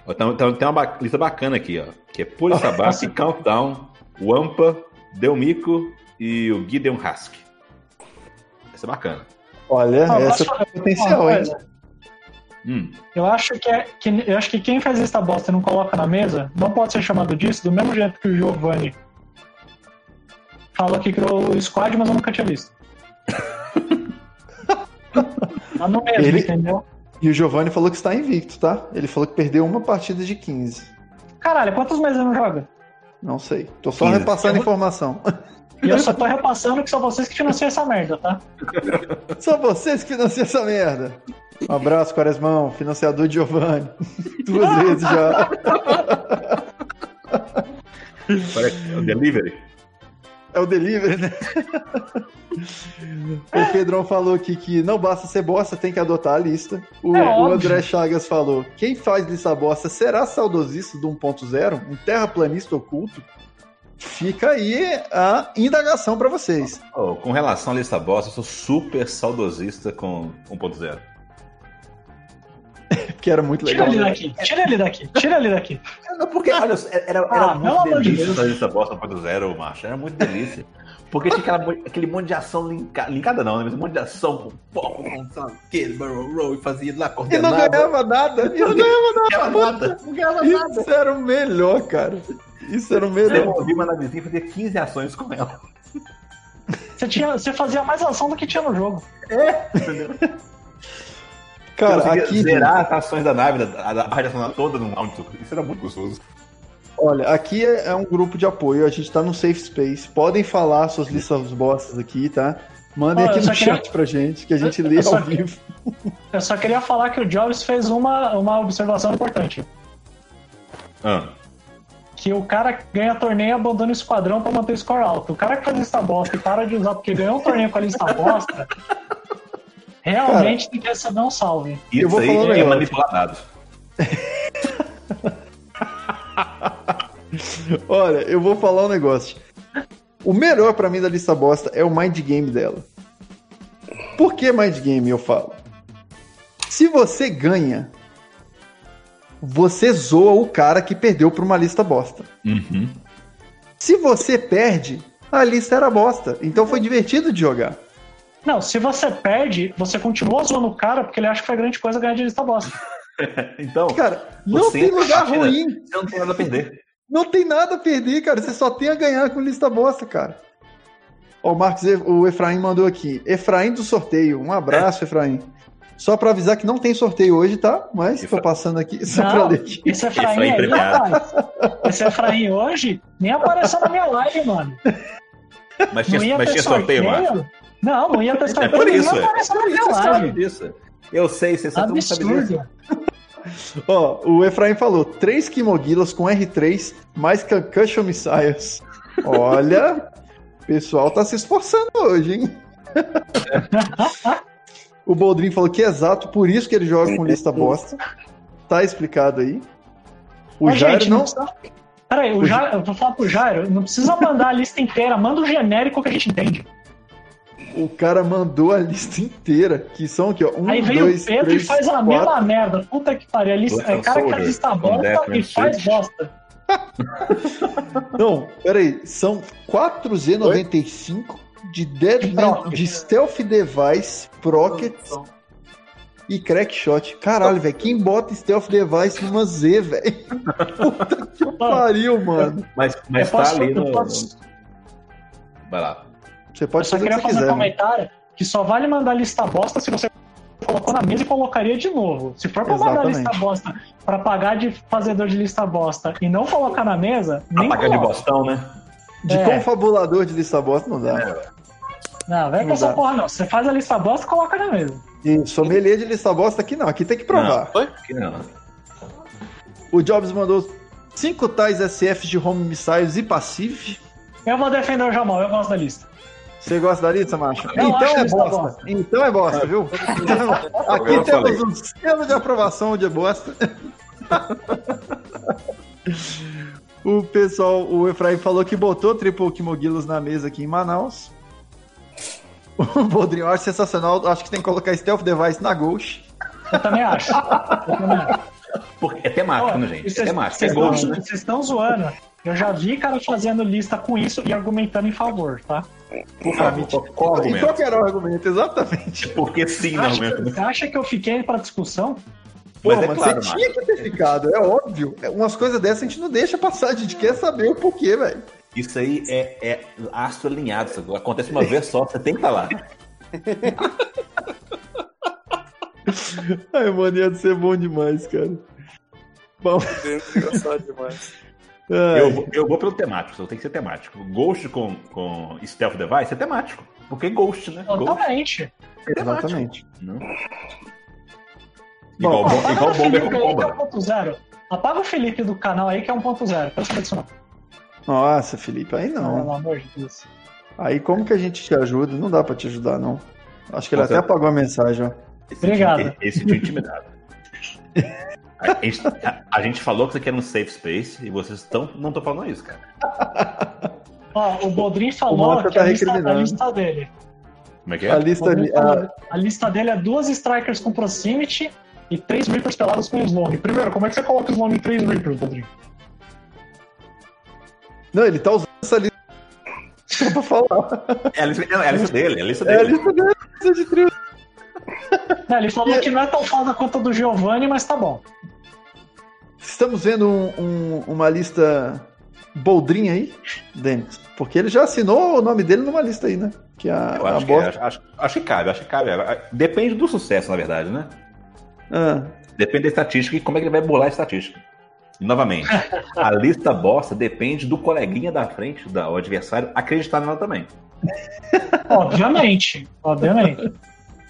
[SPEAKER 2] Ó, Então, então tem uma ba- lista bacana aqui, ó. Que é Pura Sabaki,
[SPEAKER 3] Nossa.
[SPEAKER 2] Countdown, Wampa, Del Mico e o Gideon Hask. Essa é bacana.
[SPEAKER 1] Olha,
[SPEAKER 3] Ah,
[SPEAKER 1] essa
[SPEAKER 3] eu acho-
[SPEAKER 1] é potencial,
[SPEAKER 3] uma
[SPEAKER 1] hein?
[SPEAKER 3] coisa,
[SPEAKER 2] Hum.
[SPEAKER 3] Eu acho que, é, que eu acho que quem faz lista bosta e não coloca na mesa não pode ser chamado disso, do mesmo jeito que o Giovanni falou que criou o squad, mas eu nunca tinha visto. Tá no mesmo,
[SPEAKER 1] Ele-
[SPEAKER 3] entendeu?
[SPEAKER 1] E o Giovanni falou que está invicto, tá? Ele falou que perdeu uma partida de 15.
[SPEAKER 3] Caralho, quantos meses ele não joga?
[SPEAKER 1] Não sei. Tô só
[SPEAKER 2] 15.
[SPEAKER 1] repassando a informação.
[SPEAKER 3] E eu só tô repassando que são vocês que financiam essa merda, tá?
[SPEAKER 1] São vocês que financiam essa merda. Um abraço, Quaresmão, financiador de Giovanni. Duas vezes já.
[SPEAKER 2] Parece o Delivery.
[SPEAKER 1] É o delivery, né? o Pedrão falou aqui que não basta ser bosta, tem que adotar a lista. O,
[SPEAKER 3] É
[SPEAKER 1] o
[SPEAKER 3] óbvio.
[SPEAKER 1] André Chagas falou: quem faz lista bosta será saudosista do 1.0? Um terraplanista oculto? Fica aí a indagação pra vocês.
[SPEAKER 2] Ó, com relação à lista bosta, eu sou super saudosista com 1.0.
[SPEAKER 1] Que era muito
[SPEAKER 3] Tira
[SPEAKER 1] legal.
[SPEAKER 3] ele
[SPEAKER 1] né?
[SPEAKER 3] daqui, tira ele daqui, tira ele daqui.
[SPEAKER 2] Não, porque, olha, era, era
[SPEAKER 3] Ah, pelo
[SPEAKER 2] muito
[SPEAKER 3] amor de
[SPEAKER 2] delícia
[SPEAKER 3] Deus.
[SPEAKER 2] essa lista bosta 1.0, macho. Era muito delícia. Porque tinha aquela mo- aquele monte de ação linkada. Linkada não, né? Mas um monte de ação com foco, com sabe o quê, barrel roll, e fazia lá,
[SPEAKER 1] E não
[SPEAKER 2] coordenava.
[SPEAKER 1] ganhava nada. E não ganhava nada.
[SPEAKER 2] Não ganhava
[SPEAKER 1] puta. Isso era o melhor, cara. Isso era o
[SPEAKER 2] Eu
[SPEAKER 1] melhor.
[SPEAKER 2] ouvi uma navezinha fazer 15 ações com ela.
[SPEAKER 3] Você, tinha, você fazia mais ação do que tinha no jogo.
[SPEAKER 2] eu
[SPEAKER 1] Cara,
[SPEAKER 2] conseguia
[SPEAKER 1] aqui.
[SPEAKER 2] zerar as ações da nave, né? a, a radiação lá toda num round. Isso era muito gostoso.
[SPEAKER 1] Olha, aqui é, é um grupo de apoio, a gente tá num safe space. Podem falar suas listas bostas aqui, tá? Mandem
[SPEAKER 3] Olha,
[SPEAKER 1] aqui
[SPEAKER 3] eu só
[SPEAKER 1] no
[SPEAKER 3] queria-
[SPEAKER 1] chat pra gente, que a gente lê
[SPEAKER 3] Eu só
[SPEAKER 1] ao
[SPEAKER 3] queria-
[SPEAKER 1] vivo.
[SPEAKER 3] Eu só queria falar que o Jobs fez uma, uma observação importante.
[SPEAKER 2] Ah.
[SPEAKER 3] Que o cara que ganha torneio e abandona o esquadrão pra manter o score alto. O cara que faz lista bosta e para de usar porque ganhou um torneio com a lista bosta, realmente tem que receber um salve.
[SPEAKER 2] Isso
[SPEAKER 1] vou
[SPEAKER 2] aí
[SPEAKER 1] falar um
[SPEAKER 2] é
[SPEAKER 1] negócio.
[SPEAKER 2] manipular dados.
[SPEAKER 1] Olha, eu vou falar um negócio. O melhor pra mim da lista bosta é o mind game dela. Por que mind game eu falo? Se você ganha, você zoa o cara que perdeu pra uma lista bosta.
[SPEAKER 2] Uhum.
[SPEAKER 1] Se você perde, a lista era bosta. Então foi divertido de jogar.
[SPEAKER 3] Não, se você perde, você continua zoando o cara porque ele acha que foi grande coisa ganhar de lista bosta.
[SPEAKER 2] Então,
[SPEAKER 1] Cara, não
[SPEAKER 2] Você né?
[SPEAKER 1] tem lugar
[SPEAKER 2] acha-
[SPEAKER 1] ruim.
[SPEAKER 2] você não tem nada a perder.
[SPEAKER 1] Não tem nada a perder, cara. Você só tem a ganhar com lista bosta, cara. Ó, o Marcos, E- o Efraim mandou aqui. Efraim do sorteio. Um
[SPEAKER 2] É.
[SPEAKER 1] abraço, Efraim. Só pra avisar que não tem sorteio hoje, tá? Mas tô
[SPEAKER 2] Efra-
[SPEAKER 1] passando aqui só pra
[SPEAKER 3] Não,
[SPEAKER 1] ler aqui.
[SPEAKER 3] esse Efraim
[SPEAKER 2] Efraim
[SPEAKER 3] aí,
[SPEAKER 2] premiado.
[SPEAKER 3] rapaz. Esse Efraim hoje nem apareceu na minha live, mano.
[SPEAKER 2] Mas
[SPEAKER 3] Não
[SPEAKER 2] tinha,
[SPEAKER 3] ia
[SPEAKER 2] mas
[SPEAKER 3] ter
[SPEAKER 2] tinha sorteio, Márcio.
[SPEAKER 3] sorteio? Não, não ia ter
[SPEAKER 2] É
[SPEAKER 3] sorteio.
[SPEAKER 2] por isso,
[SPEAKER 3] nem
[SPEAKER 2] é.
[SPEAKER 3] apareceu na
[SPEAKER 2] Por isso
[SPEAKER 3] minha
[SPEAKER 2] você sabe
[SPEAKER 3] live.
[SPEAKER 2] disso. Eu sei, você sabe, todo mundo sabe disso.
[SPEAKER 3] Absurdo.
[SPEAKER 1] Ó, o Efraim falou: três Kimoguilas com R3 mais Concussion Missiles. Olha, o pessoal tá se esforçando hoje, hein? o Boldrin falou que é exato, por isso que ele joga com lista bosta. Tá explicado aí. O
[SPEAKER 3] Mas,
[SPEAKER 1] Jairo
[SPEAKER 3] gente,
[SPEAKER 1] não.
[SPEAKER 3] precisa- Peraí, o
[SPEAKER 1] O
[SPEAKER 3] Jairo, eu vou falar pro Jairo, não precisa mandar a lista inteira, manda o genérico que a gente entende.
[SPEAKER 1] O cara mandou a lista inteira, que são aqui, ó. Um,
[SPEAKER 3] Aí vem
[SPEAKER 1] dois,
[SPEAKER 3] o Pedro
[SPEAKER 1] três,
[SPEAKER 3] e faz a
[SPEAKER 1] quatro.
[SPEAKER 3] mesma merda. Puta que pariu, a lista,
[SPEAKER 2] Black
[SPEAKER 3] é cara que a
[SPEAKER 2] Soldier,
[SPEAKER 3] lista
[SPEAKER 2] Black
[SPEAKER 3] bosta e
[SPEAKER 2] Man
[SPEAKER 3] faz
[SPEAKER 2] Switch.
[SPEAKER 3] bosta.
[SPEAKER 1] Não, peraí. São 495 de Deadman,
[SPEAKER 3] Não.
[SPEAKER 1] de Stealth Device, Prockets e Crackshot. Caralho, velho. Quem bota Stealth Device numa Z, velho? Puta que pariu, mano.
[SPEAKER 2] Mas, mas
[SPEAKER 3] eu
[SPEAKER 2] tá
[SPEAKER 3] posso,
[SPEAKER 2] ali
[SPEAKER 3] eu
[SPEAKER 2] no...
[SPEAKER 3] posso-
[SPEAKER 2] Vai lá.
[SPEAKER 1] Você
[SPEAKER 3] eu
[SPEAKER 1] pode
[SPEAKER 3] só
[SPEAKER 1] fazer o que
[SPEAKER 3] queria
[SPEAKER 1] você
[SPEAKER 3] fazer um
[SPEAKER 1] quiser. né?
[SPEAKER 3] comentário que só vale mandar a lista bosta se você colocou na mesa e colocaria de novo. Se for pra mandar a lista
[SPEAKER 1] Exatamente.
[SPEAKER 3] bosta pra pagar de fazedor de lista bosta e não colocar na mesa, nem
[SPEAKER 2] Apagando de
[SPEAKER 3] coloca.
[SPEAKER 2] bostão, né?
[SPEAKER 1] De
[SPEAKER 3] É.
[SPEAKER 1] confabulador de lista bosta não dá.
[SPEAKER 3] Não, vem com
[SPEAKER 1] Não
[SPEAKER 3] essa
[SPEAKER 1] dá.
[SPEAKER 3] porra não. Você faz a lista bosta e coloca na mesa.
[SPEAKER 1] E sommelier de lista bosta aqui não. Aqui tem que provar.
[SPEAKER 2] Não, que não.
[SPEAKER 1] O Jobs mandou cinco tais SFs de home missiles e passive.
[SPEAKER 3] Eu vou defender o Jamal, eu gosto da lista.
[SPEAKER 1] Você gosta da lista, macho?
[SPEAKER 3] Eu
[SPEAKER 1] então
[SPEAKER 3] acho
[SPEAKER 1] é
[SPEAKER 3] lista
[SPEAKER 1] bosta.
[SPEAKER 3] bosta.
[SPEAKER 1] Então é bosta, viu? Então, aqui
[SPEAKER 2] Eu falei.
[SPEAKER 1] temos um selo de aprovação de bosta. O pessoal, o Efraim falou que botou Triple Kimoguilos na mesa aqui em Manaus. O Bodrinho, eu acho sensacional. Acho que tem que colocar Stealth Device na Ghost.
[SPEAKER 3] Eu também acho. Eu também acho.
[SPEAKER 2] Porque é temático, né,
[SPEAKER 3] E
[SPEAKER 2] gente? É
[SPEAKER 3] vocês-
[SPEAKER 2] temático. É
[SPEAKER 3] Vocês
[SPEAKER 2] gosto,
[SPEAKER 3] estão-
[SPEAKER 2] né?
[SPEAKER 3] vocês estão zoando. Eu já vi cara fazendo lista com isso e argumentando em favor, tá?
[SPEAKER 2] Por favor, qual- qual
[SPEAKER 1] E
[SPEAKER 2] argumento?
[SPEAKER 1] qual que era o argumento? Exatamente.
[SPEAKER 2] Porque sim, não
[SPEAKER 3] Acha que,
[SPEAKER 2] argumento.
[SPEAKER 3] você acha que eu fiquei pra discussão?
[SPEAKER 1] Pô,
[SPEAKER 2] Mas é
[SPEAKER 1] mano,
[SPEAKER 2] claro,
[SPEAKER 1] você
[SPEAKER 2] Marcos.
[SPEAKER 1] tinha que ter ficado, é óbvio. É, Umas coisas dessas a gente não deixa passar, a gente quer saber o porquê, velho.
[SPEAKER 2] Isso aí é, é astro alinhado. isso Acontece
[SPEAKER 1] É.
[SPEAKER 2] uma vez só, você tem que falar.
[SPEAKER 1] Ai, mano, ia ser bom demais, cara. Bom, É.
[SPEAKER 4] Engraçado demais.
[SPEAKER 1] ai,
[SPEAKER 2] Eu, vou- eu vou pelo temático, então tem que ser temático. Ghost com, com Stealth Device é temático. Porque é Ghost,
[SPEAKER 3] tá
[SPEAKER 2] né? Ghost
[SPEAKER 3] Totalmente.
[SPEAKER 2] é temático.
[SPEAKER 1] exatamente.
[SPEAKER 2] Não?
[SPEAKER 1] Bom,
[SPEAKER 2] Igual, bom,
[SPEAKER 3] Apaga
[SPEAKER 2] igual bomba
[SPEAKER 3] o Felipe
[SPEAKER 2] com
[SPEAKER 3] aí que é
[SPEAKER 2] bomba.
[SPEAKER 3] 1.0. Apaga o Felipe do canal aí que é 1.0. Pra saber disso não.
[SPEAKER 1] Nossa, Felipe, aí não.
[SPEAKER 3] Pelo amor de Deus.
[SPEAKER 1] Aí como que a gente te ajuda? Não dá pra te ajudar, não. Acho que ele
[SPEAKER 2] Nossa.
[SPEAKER 1] até apagou a mensagem, ó.
[SPEAKER 2] Esse
[SPEAKER 3] Obrigado.
[SPEAKER 2] Time, esse time intimidado. A gente, a- a gente falou que isso aqui era um safe space e vocês tão, não estão falando isso, cara.
[SPEAKER 3] Ó, o Bodrin
[SPEAKER 1] O
[SPEAKER 3] falou
[SPEAKER 1] Mota
[SPEAKER 3] que
[SPEAKER 1] tá
[SPEAKER 3] a, lista, a
[SPEAKER 1] recriminando.
[SPEAKER 3] lista dele.
[SPEAKER 2] Como é que
[SPEAKER 1] A
[SPEAKER 2] é?
[SPEAKER 1] lista ali. A...
[SPEAKER 3] A lista dele é duas Strikers com Proximity e três Reapers pelados com Slong. Primeiro, como é que você coloca o Slong em três Reapers, Bodrin?
[SPEAKER 1] Não, ele tá usando essa lista. Só pra falar.
[SPEAKER 2] É a lista, é a lista dele, é a lista
[SPEAKER 1] É a
[SPEAKER 2] dele.
[SPEAKER 1] lista dele, lista de trio.
[SPEAKER 3] Não, ele falou que não é tão foda quanto a do Giovanni, mas tá bom.
[SPEAKER 1] Estamos vendo um- um- uma lista boldrinha aí, Denis. Porque ele já assinou o nome dele numa lista aí, né? Que a,
[SPEAKER 2] Eu
[SPEAKER 1] a
[SPEAKER 2] acho, que, é,
[SPEAKER 1] bosta.
[SPEAKER 2] acho, acho- acho que cabe, acho que cabe. Depende do sucesso, na verdade, né?
[SPEAKER 1] Ah,
[SPEAKER 2] Depende da estatística e como é que ele vai burlar a estatística. E, Novamente, a lista bosta depende do coleguinha da frente, da, o adversário, acreditar nela também.
[SPEAKER 3] Obviamente, obviamente.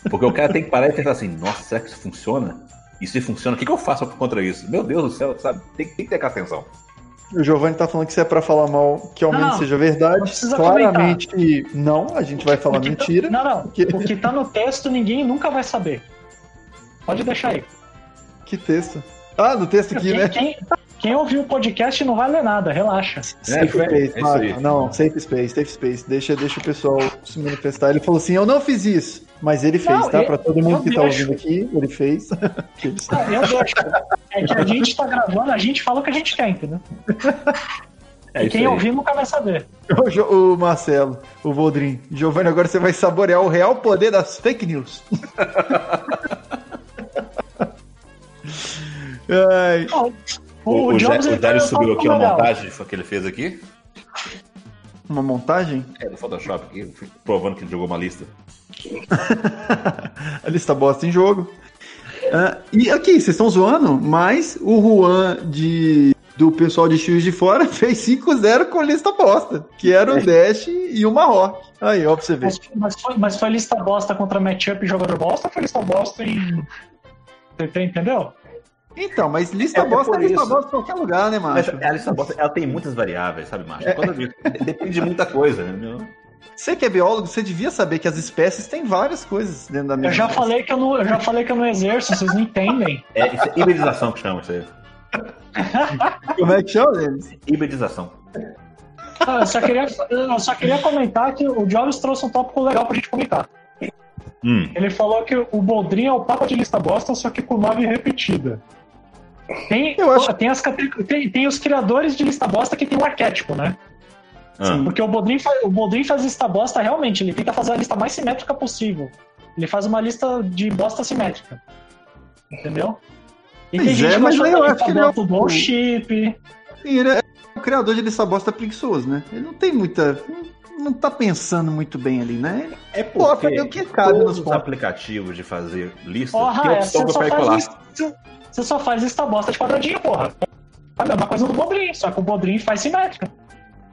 [SPEAKER 2] Porque o cara tem que parar e pensar assim, nossa, será que isso funciona? E se funciona, o que, que eu faço contra isso? Meu Deus do céu, sabe? Tem, tem que ter aquela atenção.
[SPEAKER 1] o Giovanni tá falando que se é pra falar mal, que ao
[SPEAKER 3] Não,
[SPEAKER 1] menos
[SPEAKER 3] não.
[SPEAKER 1] seja
[SPEAKER 3] Não
[SPEAKER 1] verdade.
[SPEAKER 3] precisa
[SPEAKER 1] Claramente não, a gente vai falar
[SPEAKER 3] O que tá-
[SPEAKER 1] mentira.
[SPEAKER 3] Não, não.
[SPEAKER 1] Que,
[SPEAKER 3] O que tá no texto ninguém nunca vai saber. Pode deixar aí.
[SPEAKER 1] que texto. Ah, no texto aqui,
[SPEAKER 3] Quem,
[SPEAKER 1] né?
[SPEAKER 3] quem, quem ouviu o podcast não vai ler nada, relaxa.
[SPEAKER 1] Safe
[SPEAKER 2] É, é
[SPEAKER 1] space,
[SPEAKER 2] isso
[SPEAKER 1] Marco.
[SPEAKER 2] aí.
[SPEAKER 1] Não, safe space, safe space. Deixa, deixa o pessoal se manifestar. Ele falou assim: eu não fiz isso. Mas ele fez,
[SPEAKER 3] Não,
[SPEAKER 1] tá?
[SPEAKER 3] eu-
[SPEAKER 1] Pra todo mundo
[SPEAKER 3] eu
[SPEAKER 1] que tá
[SPEAKER 3] deixo.
[SPEAKER 1] ouvindo aqui, ele fez. Que ele sabe.
[SPEAKER 3] Não, eu deixo. É que a gente tá gravando, a gente fala o que a gente quer, entendeu?
[SPEAKER 2] É
[SPEAKER 3] e
[SPEAKER 2] isso
[SPEAKER 3] quem
[SPEAKER 2] aí.
[SPEAKER 3] ouvir nunca vai saber.
[SPEAKER 1] o, Jo- o Marcelo, o Voldrin. Giovanni, agora você vai saborear o real poder das fake news. Ai,
[SPEAKER 3] Ó,
[SPEAKER 2] O, o, Jé-
[SPEAKER 3] Jobs,
[SPEAKER 2] o
[SPEAKER 3] ele tá
[SPEAKER 2] Dário
[SPEAKER 3] no
[SPEAKER 2] subiu
[SPEAKER 3] palco
[SPEAKER 2] aqui uma
[SPEAKER 3] legal.
[SPEAKER 2] montagem que ele fez aqui.
[SPEAKER 1] uma montagem?
[SPEAKER 2] É, do Photoshop aqui, provando que ele jogou uma lista.
[SPEAKER 1] A lista bosta em jogo. Ah, e aqui, vocês estão zoando, mas o Juan de, do pessoal de X de Fora fez 5-0 com lista bosta, que era
[SPEAKER 2] É.
[SPEAKER 1] o Dash e o Marrock. Aí, ó, pra você ver.
[SPEAKER 3] Mas, mas foi, mas foi lista bosta contra matchup e jogador bosta ou foi lista bosta em. Você entendeu?
[SPEAKER 1] Então, mas lista
[SPEAKER 2] É, é
[SPEAKER 1] bosta é
[SPEAKER 2] por
[SPEAKER 1] lista
[SPEAKER 2] isso. É
[SPEAKER 1] bosta em qualquer lugar, né,
[SPEAKER 2] Mas
[SPEAKER 1] macho?
[SPEAKER 2] a lista bosta, ela tem muitas variáveis, sabe, Márcio? Quando eu digo, Depende de muita coisa, né?
[SPEAKER 1] Você que é biólogo, você devia saber que as espécies têm várias coisas dentro da mesma.
[SPEAKER 3] Eu já
[SPEAKER 1] espécie.
[SPEAKER 3] falei que eu não, eu já falei que eu não exerço, vocês não entendem.
[SPEAKER 2] É, isso é hibridização que chama isso aí.
[SPEAKER 1] Como é que chama, Denis?
[SPEAKER 2] Hibridização.
[SPEAKER 3] Ah, Eu só, queria, eu só queria comentar que o Jobs trouxe um tópico legal pra gente comentar.
[SPEAKER 2] Hum.
[SPEAKER 3] Ele falou que o Boldrin é o papa de lista bosta, só que com nove repetida. Tem,
[SPEAKER 1] Eu acho-
[SPEAKER 3] tem, as cate- tem- tem os criadores de lista bosta que tem um arquétipo, né?
[SPEAKER 2] Ah.
[SPEAKER 1] Sim.
[SPEAKER 3] Porque o Boldrin, fa- o Boldrin faz lista bosta realmente, ele tenta fazer a lista mais simétrica possível. Ele faz uma lista de bosta simétrica. Entendeu? E tem
[SPEAKER 1] Pois
[SPEAKER 3] gente
[SPEAKER 1] é,
[SPEAKER 3] que
[SPEAKER 1] mas
[SPEAKER 3] achou
[SPEAKER 1] eu
[SPEAKER 3] que a
[SPEAKER 1] acho
[SPEAKER 3] lista
[SPEAKER 1] que ele é
[SPEAKER 3] bosta
[SPEAKER 1] um-
[SPEAKER 3] do bullship.
[SPEAKER 1] Sim, ele é o criador de lista bosta preguiçoso, né? Ele não tem muita. não- Não tá pensando muito bem ali, né? Ele
[SPEAKER 2] É
[SPEAKER 1] coloca ali o que cabe
[SPEAKER 2] todos
[SPEAKER 1] nos
[SPEAKER 2] os
[SPEAKER 1] pontos.
[SPEAKER 2] aplicativos de fazer lista
[SPEAKER 3] Porra,
[SPEAKER 2] tem
[SPEAKER 3] é,
[SPEAKER 2] opção
[SPEAKER 3] você,
[SPEAKER 2] pra
[SPEAKER 3] só
[SPEAKER 2] pegar e
[SPEAKER 3] faz
[SPEAKER 2] colar.
[SPEAKER 3] lista, você só faz lista bosta de quadradinho, porra. É a mesma coisa do Boldrin, só que o Boldrin faz simétrica.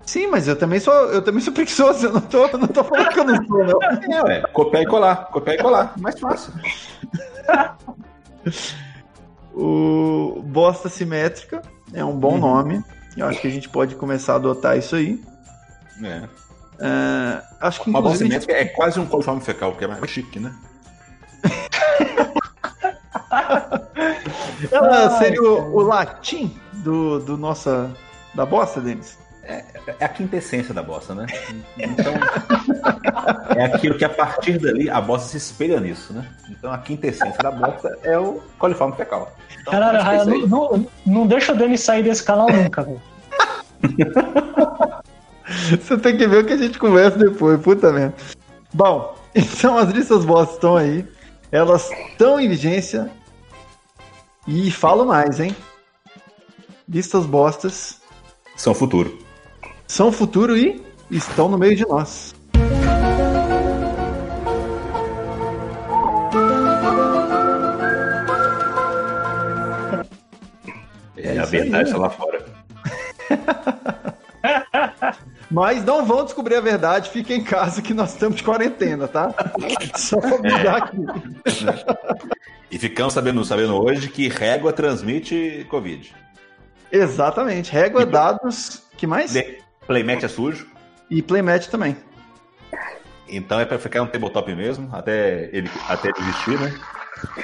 [SPEAKER 1] Sim, mas eu também sou, eu também sou preguiçoso, eu não tô, eu não tô falando que eu não sou, não.
[SPEAKER 2] É, ué, copiar e colar, copiar e colar, mais fácil.
[SPEAKER 1] O Bosta Simétrica é um bom
[SPEAKER 2] Uhum.
[SPEAKER 1] nome. Eu acho que a gente pode começar a adotar isso aí.
[SPEAKER 2] É.
[SPEAKER 1] É, acho que
[SPEAKER 2] Uma bosta
[SPEAKER 1] inclusive,
[SPEAKER 2] métrica é quase um coliforme fecal, porque é mais chique, né?
[SPEAKER 1] ela
[SPEAKER 3] Ai,
[SPEAKER 1] seria
[SPEAKER 3] cara.
[SPEAKER 1] o, o latim do, do nossa da bosta, Denis.
[SPEAKER 2] É a quintessência da bosta, né? Então, é aquilo que a partir dali a bosta se espelha nisso, né? Então a quintessência da bosta é o coliforme fecal. Então,
[SPEAKER 3] Caralho,
[SPEAKER 2] acho que é
[SPEAKER 3] Raia,
[SPEAKER 2] isso aí.
[SPEAKER 3] não, não, não deixa o Denis sair desse canal nunca, velho.
[SPEAKER 1] Você tem que ver o que a gente conversa depois, puta merda. Bom, então as listas bosta estão aí. Elas estão em vigência. E falo mais, hein? Listas bostas
[SPEAKER 2] São futuro.
[SPEAKER 1] são o futuro e estão no meio de nós.
[SPEAKER 2] É,
[SPEAKER 1] isso
[SPEAKER 2] a
[SPEAKER 1] aí,
[SPEAKER 2] verdade
[SPEAKER 1] né?
[SPEAKER 2] está lá fora.
[SPEAKER 1] Mas não vão descobrir a verdade, fiquem em casa que nós estamos de quarentena, tá? Só pra avisar aqui.
[SPEAKER 2] E ficamos sabendo, sabendo hoje que régua transmite Covid.
[SPEAKER 1] Exatamente. Régua,
[SPEAKER 2] E-
[SPEAKER 1] dados, que mais?
[SPEAKER 2] Le- Playmat é sujo,
[SPEAKER 1] E playmat também.
[SPEAKER 2] então é pra ficar um tabletop mesmo, até ele, até ele existir, né?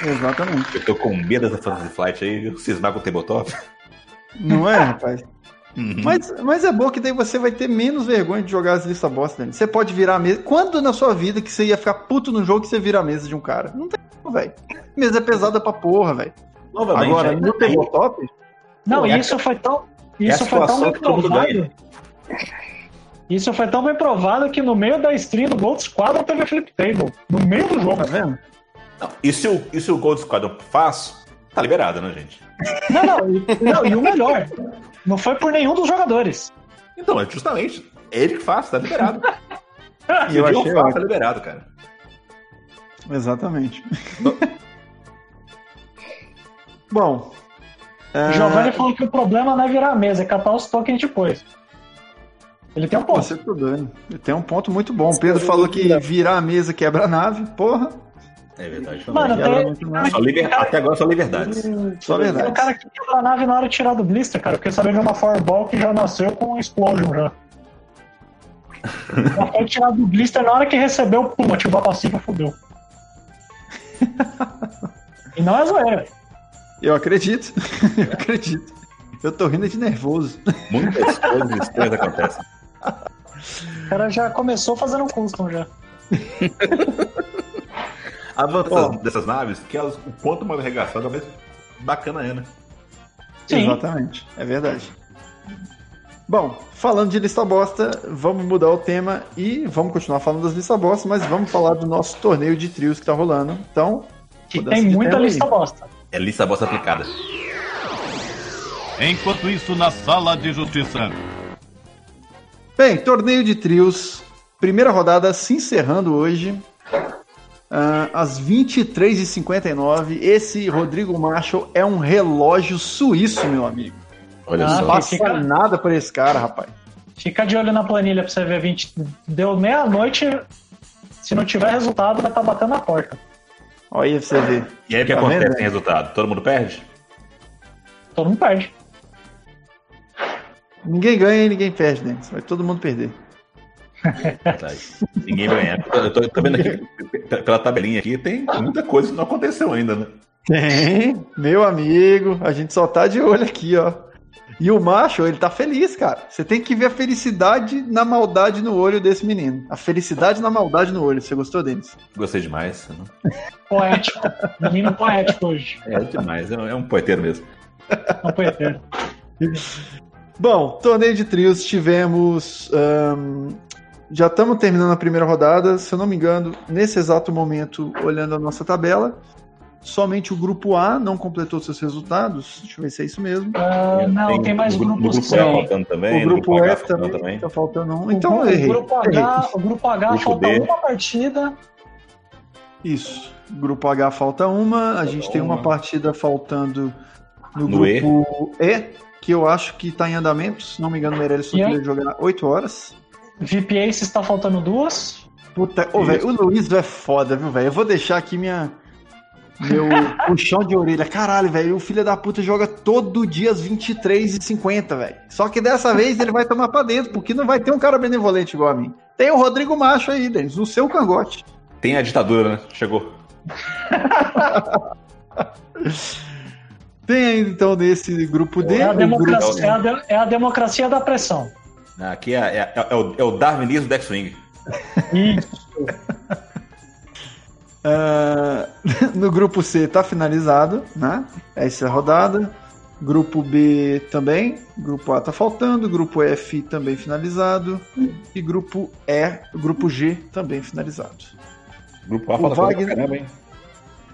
[SPEAKER 1] Exatamente.
[SPEAKER 2] Eu tô com medo dessa Fantasy Flight aí, viu? cismar com o tabletop.
[SPEAKER 1] Não é, rapaz? Mas, mas é bom que daí você vai ter menos vergonha de jogar as listas bosta, Dani. Você pode virar a mesa. Quando na sua vida que você ia ficar puto no jogo que você vira a mesa de um cara? Não tem como, velho. Mesa é pesada pra porra, velho.
[SPEAKER 2] Novamente,
[SPEAKER 1] Agora,
[SPEAKER 2] aí-
[SPEAKER 1] no tabletop,
[SPEAKER 3] Não,
[SPEAKER 2] Pô, é
[SPEAKER 3] isso foi tão.
[SPEAKER 2] é a
[SPEAKER 3] Isso foi tão
[SPEAKER 2] situação que todo mundo
[SPEAKER 3] comprovado. Isso foi tão bem provado que no meio da stream do Gold Squadron teve a Flip Table. No meio do jogo.
[SPEAKER 1] Tá vendo?
[SPEAKER 2] Não, e se o, e se o Gold Squadron faz, tá liberado, né, gente?
[SPEAKER 3] Não, não, e- não, e o melhor. Não foi por nenhum dos jogadores.
[SPEAKER 2] Então, é justamente, é ele que faz, tá liberado.
[SPEAKER 1] E eu
[SPEAKER 2] ele não
[SPEAKER 1] achei
[SPEAKER 2] faz,
[SPEAKER 1] ótimo.
[SPEAKER 2] tá liberado, cara.
[SPEAKER 1] Exatamente. Bom.
[SPEAKER 2] Ah.
[SPEAKER 1] é,
[SPEAKER 3] Giovanni falou que o problema não é virar a mesa, é catar os tokens depois. Ele tem um ponto.
[SPEAKER 1] Você tá doido. Tem um ponto muito bom. O Pedro falou que virar a mesa quebra a nave. Porra,
[SPEAKER 2] É verdade.
[SPEAKER 3] Mano,
[SPEAKER 1] Ela
[SPEAKER 3] até,
[SPEAKER 1] não tem mais.
[SPEAKER 2] Só
[SPEAKER 3] tá
[SPEAKER 2] liber- Até agora só liberdades.
[SPEAKER 1] só
[SPEAKER 3] tem um
[SPEAKER 1] verdade.
[SPEAKER 3] cara que quebra a nave na hora de tirar do blister, cara. Eu fiquei sabendo de uma Fireball que já nasceu com um explosion já. Ela foi tirar do blister na hora que recebeu, pum, ativou a passiva, fudeu. E não é zoeira.
[SPEAKER 1] Eu acredito. Eu acredito. Eu tô rindo de nervoso.
[SPEAKER 2] Muitas coisas estranhas acontecem.
[SPEAKER 3] O cara já começou fazendo um custom já.
[SPEAKER 2] A vantagem dessas naves é que elas, o quanto mais arregaçada, mais bacana é, né?
[SPEAKER 3] Sim.
[SPEAKER 1] Exatamente. É verdade. Bom, falando de lista bosta, vamos mudar o tema e vamos continuar falando das listas bosta, mas vamos falar do nosso torneio de trios que tá rolando. Então,
[SPEAKER 3] Que
[SPEAKER 1] mudança
[SPEAKER 3] tem
[SPEAKER 1] de
[SPEAKER 3] muita
[SPEAKER 1] tema aí.
[SPEAKER 3] lista bosta.
[SPEAKER 2] É lista bosta aplicada.
[SPEAKER 5] Enquanto isso, na sala de justiça.
[SPEAKER 1] Bem, torneio de trios, primeira rodada se encerrando hoje, ah, às 23h59. Esse Rodrigo Marshall é um relógio suíço, meu amigo.
[SPEAKER 2] Olha
[SPEAKER 3] Ah,
[SPEAKER 1] Não
[SPEAKER 2] só.
[SPEAKER 3] tá.
[SPEAKER 1] passa
[SPEAKER 3] fica-
[SPEAKER 1] nada pra esse cara, rapaz.
[SPEAKER 3] Fica de olho na planilha pra você ver. 20... Deu meia-noite. Se não tiver resultado, vai estar batendo na porta.
[SPEAKER 1] Olha aí pra você ver.
[SPEAKER 2] E aí o que
[SPEAKER 1] Tá
[SPEAKER 2] acontece
[SPEAKER 1] vendo?
[SPEAKER 2] sem resultado? Todo mundo perde?
[SPEAKER 3] Todo mundo perde.
[SPEAKER 1] Ninguém ganha e ninguém perde, né? Vai todo mundo perder.
[SPEAKER 2] Tá aí. Ninguém ganha. Eu tô, eu tô vendo aqui, pe- pela tabelinha aqui, tem muita coisa que não aconteceu ainda, né?
[SPEAKER 1] Tem, meu amigo, a gente só tá de olho aqui, ó. E o macho, ele tá feliz, cara. Você tem que ver a felicidade na maldade no olho desse menino. A felicidade na maldade no olho. Você gostou, Denis?
[SPEAKER 2] Gostei demais. né?
[SPEAKER 3] Poético. Menino poético hoje.
[SPEAKER 2] É demais, é um- é um poeteiro mesmo.
[SPEAKER 3] Não foi ter.
[SPEAKER 1] Bom, torneio de trios tivemos. ahn, já estamos terminando a primeira rodada. Se eu não me engano, nesse exato momento, olhando a nossa tabela, somente o grupo A não completou seus resultados. Deixa eu ver se é isso mesmo.
[SPEAKER 3] Ah, não, tem, mais
[SPEAKER 2] o gru-
[SPEAKER 3] grupos
[SPEAKER 2] o
[SPEAKER 3] que
[SPEAKER 2] grupo A
[SPEAKER 3] são.
[SPEAKER 2] faltando também.
[SPEAKER 1] o grupo
[SPEAKER 2] H
[SPEAKER 1] E
[SPEAKER 2] faltando
[SPEAKER 1] também, tá faltando um. Então
[SPEAKER 3] o,
[SPEAKER 1] eu
[SPEAKER 3] gru-
[SPEAKER 1] errei.
[SPEAKER 3] o grupo
[SPEAKER 1] errei.
[SPEAKER 3] H, o grupo H
[SPEAKER 2] Grupo
[SPEAKER 3] falta
[SPEAKER 2] D.
[SPEAKER 3] uma partida.
[SPEAKER 1] Isso. Grupo H falta uma. A gente tem uma
[SPEAKER 2] uma.
[SPEAKER 1] partida faltando no,
[SPEAKER 2] No E.
[SPEAKER 1] grupo e. que eu acho que tá em andamento. Se não me engano, o Meirelles só
[SPEAKER 3] E
[SPEAKER 1] queria jogar 8 horas.
[SPEAKER 3] VIP Ace está faltando duas.
[SPEAKER 1] Puta, ô,
[SPEAKER 2] Isso.
[SPEAKER 1] velho, o Luiz é foda, viu, velho? Eu vou deixar aqui minha. Meu puxão de orelha. Caralho, velho, o filho da puta joga todo dia às 23h50, velho. Só que dessa vez ele vai tomar pra dentro, porque não vai ter um cara benevolente igual a mim. Tem o Rodrigo Macho aí, Denis, no seu cangote.
[SPEAKER 2] Tem a ditadura, né? Chegou.
[SPEAKER 1] Tem ainda então nesse grupo D.
[SPEAKER 3] É a,
[SPEAKER 1] o grupo-
[SPEAKER 3] democracia, é, a de- é a democracia da pressão.
[SPEAKER 2] Aqui é, é- é o, é o darwinismo do X-Wing.
[SPEAKER 3] Isso.
[SPEAKER 1] Ah, no grupo C tá finalizado, né? Essa é a rodada. Grupo B também. Grupo A tá faltando. Grupo F também finalizado. E grupo E, grupo G também finalizado.
[SPEAKER 2] O grupo A
[SPEAKER 1] O
[SPEAKER 2] falta coisa pra
[SPEAKER 1] Wagner-
[SPEAKER 2] caramba, hein?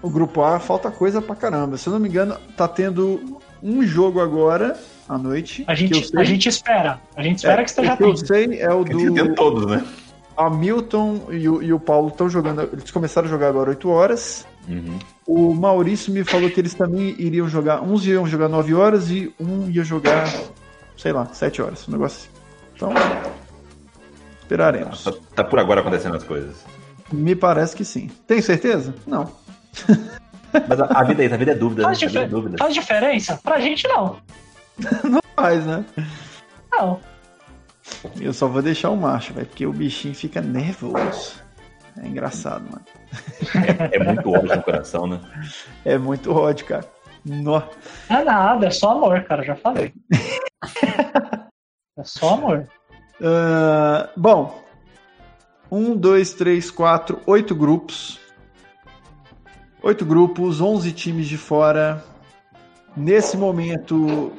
[SPEAKER 1] O grupo A falta coisa pra caramba. Se eu não me engano, tá tendo um jogo agora à noite.
[SPEAKER 3] A
[SPEAKER 1] que eu
[SPEAKER 3] gente,
[SPEAKER 1] sei-
[SPEAKER 3] a gente espera. A gente espera que esteja
[SPEAKER 1] o que eu
[SPEAKER 3] tendo.
[SPEAKER 1] sei é o
[SPEAKER 2] A gente
[SPEAKER 1] do
[SPEAKER 2] tem todos, né?
[SPEAKER 1] Hamilton e o, e o Paulo estão jogando. Eles começaram a jogar agora 8 horas.
[SPEAKER 2] Uhum.
[SPEAKER 1] O Maurício me falou que eles também iriam jogar. Uns iam jogar 9 horas e um ia jogar, sei lá, 7 horas. Um negócio assim. Então, esperaremos.
[SPEAKER 2] Tá, tá por agora acontecendo as coisas.
[SPEAKER 1] Me parece que sim. Tem certeza? Não.
[SPEAKER 2] Mas a, a vida é isso, a vida é dúvida, né? A
[SPEAKER 3] Faz,
[SPEAKER 2] vida é
[SPEAKER 3] difer
[SPEAKER 2] dúvida.
[SPEAKER 3] faz diferença? Pra gente não.
[SPEAKER 1] Mas, né?
[SPEAKER 3] Não.
[SPEAKER 1] Eu só vou deixar o macho, velho, porque o bichinho fica nervoso. É engraçado, mano.
[SPEAKER 2] É muito ódio no coração, né?
[SPEAKER 1] É muito ódio, cara. Nó.
[SPEAKER 3] É nada, é só amor, cara. Já falei. É só amor.
[SPEAKER 1] Ah, bom. Um, dois, três, quatro, oito grupos. Oito grupos, 11 times de fora. Nesse momento,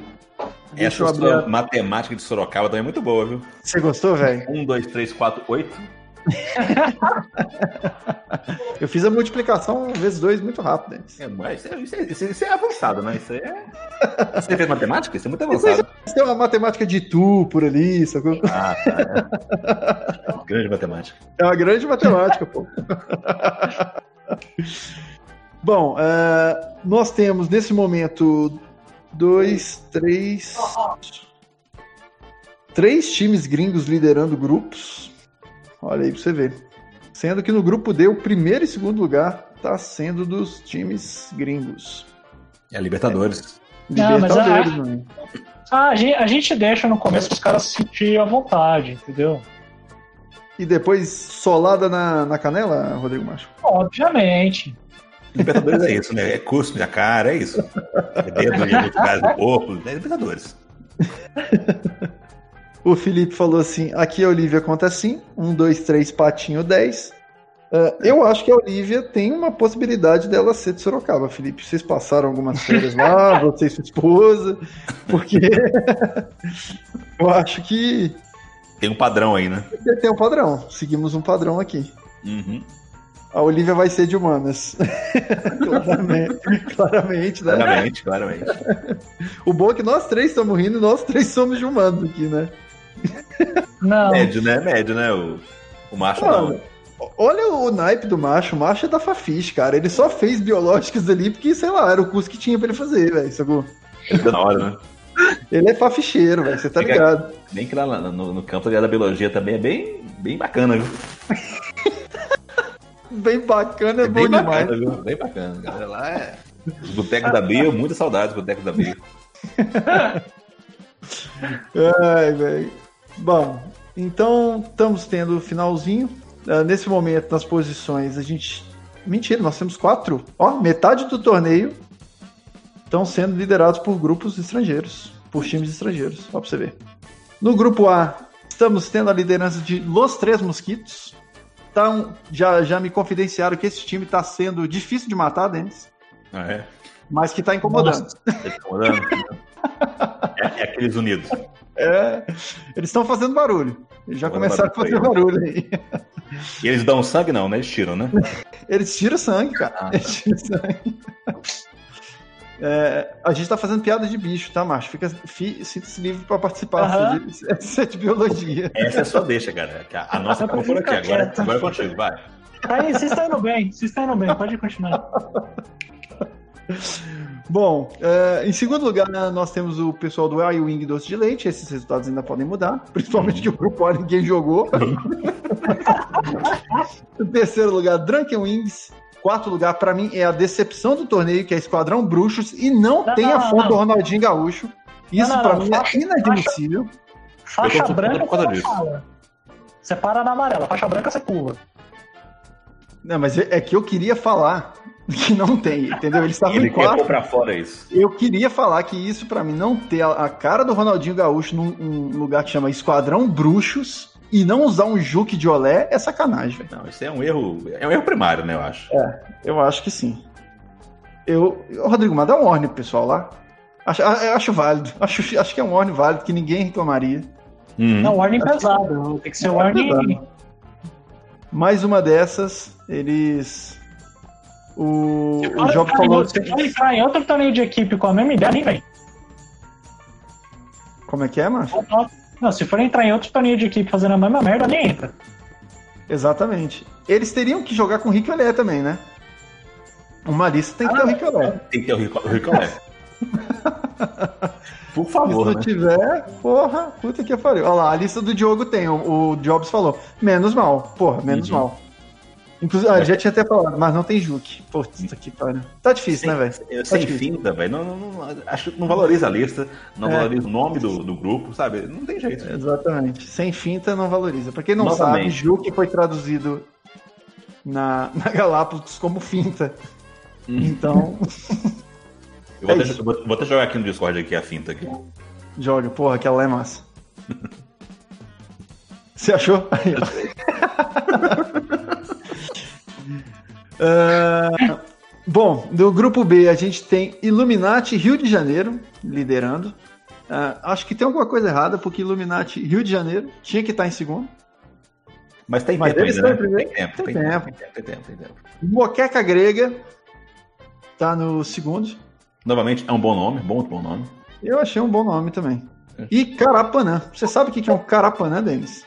[SPEAKER 1] Deixa
[SPEAKER 2] Essa
[SPEAKER 1] eu abrir.
[SPEAKER 2] sua
[SPEAKER 1] a-
[SPEAKER 2] matemática de Sorocaba também é muito boa, viu?
[SPEAKER 1] Você gostou, velho?
[SPEAKER 2] 1, 2, 3, 4, 8.
[SPEAKER 1] Eu fiz a multiplicação vezes dois muito rápido. né?
[SPEAKER 2] É, mas isso, é, isso, é, isso é- isso é avançado, né? Isso é. Você fez matemática? Isso é muito
[SPEAKER 1] Isso aí
[SPEAKER 2] avançado.
[SPEAKER 1] Mas Tem uma matemática de tu por ali, sacou?
[SPEAKER 2] Ah, tá. é. É uma grande matemática.
[SPEAKER 1] É uma grande matemática, pô. Bom, é, nós temos nesse momento dois, três.
[SPEAKER 3] Ah,
[SPEAKER 1] Três times gringos liderando grupos. Olha aí pra você ver. Sendo que no grupo D, o primeiro e segundo lugar tá sendo dos times gringos.
[SPEAKER 2] É Libertadores.
[SPEAKER 3] Não, mas a-
[SPEAKER 1] Libertadores, né? mano.
[SPEAKER 3] Ah, a gente, a gente deixa no começo os caras se sentir à vontade, entendeu?
[SPEAKER 1] E depois solada na, na canela, Rodrigo Macho?
[SPEAKER 3] Obviamente.
[SPEAKER 2] Libertadores é isso, né? É curso na cara, é isso. É dedo de muito gás no corpo. É Libertadores.
[SPEAKER 1] O Felipe falou assim: aqui a Olivia conta assim: um, dois, três, patinho, 10. Ah, eu acho que a Olivia tem uma possibilidade dela ser de Sorocaba, Felipe. Vocês passaram algumas férias lá, você e sua esposa, porque eu acho que
[SPEAKER 2] Tem um padrão aí, né?
[SPEAKER 1] tem um padrão. Seguimos um padrão aqui.
[SPEAKER 2] Uhum.
[SPEAKER 1] A Olivia vai ser de humanas. claramente, claramente, né?
[SPEAKER 2] Claramente, claramente.
[SPEAKER 1] O bom é que nós três estamos rindo e nós três somos de humanos aqui, né? É.
[SPEAKER 3] Não,
[SPEAKER 2] Médio, né? Médio, né? O, o macho
[SPEAKER 1] Mano,
[SPEAKER 2] não.
[SPEAKER 1] Olha o naipe do macho, o macho é da Fafiche, cara. Ele só fez biológicas ali porque, sei lá, era o curso que tinha pra ele fazer, velho. sacou?
[SPEAKER 2] Ele deu na hora, né?
[SPEAKER 1] Ele é faficheiro, velho. Você tá
[SPEAKER 2] Fica-
[SPEAKER 1] ligado?
[SPEAKER 2] Bem que lá na- no, no campo da biologia também é bem, bem bacana, viu?
[SPEAKER 1] Bem bacana, é,
[SPEAKER 2] É
[SPEAKER 1] bom
[SPEAKER 2] bem
[SPEAKER 1] demais.
[SPEAKER 2] bacana, viu? Bem bacana. Galera, lá é... Os botecos da Bia, muita saudade dos botecos da Bia.
[SPEAKER 1] Ai, velho. Bom, então estamos tendo o finalzinho. Ah, nesse momento, nas posições, a gente. Mentira, nós temos quatro. Ó, metade do torneio estão sendo liderados por grupos estrangeiros, por times estrangeiros, ó pra você ver. No grupo A, estamos tendo a liderança de Los Três Mosquitos. Tá um- já, já me confidenciaram que esse time tá sendo difícil de matar, Denis,
[SPEAKER 2] Ah, é?
[SPEAKER 1] mas que tá incomodando.
[SPEAKER 2] Tá incomodando? É, é aqueles unidos.
[SPEAKER 1] É, eles estão fazendo barulho. Eles já
[SPEAKER 2] Fazendo
[SPEAKER 1] começaram a
[SPEAKER 2] barulho
[SPEAKER 1] fazer
[SPEAKER 2] pra
[SPEAKER 1] barulho aí.
[SPEAKER 2] E eles dão sangue, não, né? Eles tiram, né?
[SPEAKER 1] Eles tiram sangue, cara.
[SPEAKER 2] Ah,
[SPEAKER 1] Eles tiram sangue. É, a gente tá fazendo piada de bicho, tá, macho? Fica, fi- sinta-se livre pra participar
[SPEAKER 3] Aham.
[SPEAKER 1] se de, se é de biologia.
[SPEAKER 2] Essa é só deixa, galera. que A, a
[SPEAKER 1] Tá
[SPEAKER 2] nossa acabou por aqui. Agora, agora é contigo, vai.
[SPEAKER 3] tá aí, vocês estão indo bem, vocês estão indo bem, pode continuar.
[SPEAKER 1] Bom, é, em segundo lugar, né, nós temos o pessoal do I-Wing Doce de Leite. Esses resultados ainda podem mudar, principalmente que o grupo A ninguém jogou. em terceiro lugar, Drunken Wings. Quarto lugar, pra mim, é a decepção do torneio, que é Esquadrão Bruxos, e não,
[SPEAKER 3] Não,
[SPEAKER 1] tem
[SPEAKER 3] não,
[SPEAKER 1] a
[SPEAKER 3] não,
[SPEAKER 1] foto
[SPEAKER 3] não.
[SPEAKER 1] do Ronaldinho Gaúcho. Isso
[SPEAKER 3] Não, não,
[SPEAKER 1] pra
[SPEAKER 3] não,
[SPEAKER 1] mim
[SPEAKER 3] faixa-
[SPEAKER 1] é inadmissível.
[SPEAKER 2] Eu
[SPEAKER 3] Faixa
[SPEAKER 2] tô
[SPEAKER 3] branca
[SPEAKER 2] por causa
[SPEAKER 3] você
[SPEAKER 2] disso.
[SPEAKER 3] fala. Você para na amarela, faixa branca você pula.
[SPEAKER 1] Não, mas é é que eu queria falar que não tem, entendeu? Ele estava
[SPEAKER 2] Ele
[SPEAKER 1] em
[SPEAKER 2] quer
[SPEAKER 1] quarto.
[SPEAKER 2] pôr pra fora isso.
[SPEAKER 1] Eu queria falar que isso, pra mim, não ter a, a cara do Ronaldinho Gaúcho num num lugar que chama Esquadrão Bruxos e não usar um juque de olé é sacanagem, velho.
[SPEAKER 2] Não, isso é um erro. É um erro primário, né? Eu acho.
[SPEAKER 1] É. Eu acho que sim. Eu, Ô, Rodrigo, mas dá um orne pro pessoal lá. Acho, a- eu acho válido. Acho, acho que é um orne válido, que ninguém reclamaria.
[SPEAKER 2] Uhum.
[SPEAKER 3] Não, warning pesado, tem que ser warning.
[SPEAKER 1] Mais uma dessas, eles. O, o
[SPEAKER 3] Olha,
[SPEAKER 1] Job
[SPEAKER 3] cara,
[SPEAKER 1] falou.
[SPEAKER 3] Se for entrar em tá outro torneio de equipe com a mesma ideia, nem vem.
[SPEAKER 1] Como é que é, mano?
[SPEAKER 3] Não, se for entrar em outro torneio de equipe fazendo a mesma merda, nem entra.
[SPEAKER 1] Exatamente. Eles teriam que jogar com o Rick Olé também, né? Uma lista tem que ter o Rick Olé.
[SPEAKER 2] Tem que ter o Rico- o Ricolé. Por favor,
[SPEAKER 1] Se não
[SPEAKER 2] né?
[SPEAKER 1] tiver, porra, puta que pariu. Olha lá, a lista do Diogo tem, o, o Jobs falou. Menos mal, porra, menos
[SPEAKER 2] Uhum.
[SPEAKER 1] mal. Inclusive, ah, ele já tinha até falado, mas não tem Juque. Puta que pariu. Tá difícil, né, velho?
[SPEAKER 2] Eu Sem
[SPEAKER 1] Pode ir.
[SPEAKER 2] finta, velho. Não, não, não- acho que não valoriza a lista, não
[SPEAKER 1] É.
[SPEAKER 2] valoriza o nome do, do grupo, sabe? Não tem jeito.
[SPEAKER 1] Exatamente. Sem finta não valoriza. Pra quem não
[SPEAKER 2] Novamente.
[SPEAKER 1] sabe, Juque foi traduzido na, na Galápagos como finta.
[SPEAKER 2] Hum.
[SPEAKER 1] Então,
[SPEAKER 2] Eu vou,
[SPEAKER 1] É
[SPEAKER 2] até,
[SPEAKER 1] isso.
[SPEAKER 2] vou- vou até jogar aqui no Discord aqui a finta aqui.
[SPEAKER 1] Joga, porra, aquela lá é massa. Você achou? Aí, ó. Ah, bom, do grupo B a gente tem Illuminati Rio de Janeiro liderando. Ah, acho que tem alguma coisa errada, porque Illuminati Rio de Janeiro tinha que estar em segundo.
[SPEAKER 2] Mas tem
[SPEAKER 1] Mas
[SPEAKER 2] tempo
[SPEAKER 1] eles
[SPEAKER 2] ainda, né?
[SPEAKER 1] estão em
[SPEAKER 2] Tem tempo,
[SPEAKER 1] Tem
[SPEAKER 2] tem tempo, tem tempo, tem tempo, tem tempo.
[SPEAKER 1] Moqueca Grega tá no segundo.
[SPEAKER 2] Novamente, é um bom nome, bom, bom nome.
[SPEAKER 1] Eu achei um bom nome também. E Carapanã. Você sabe o que que é um Carapanã, Denis?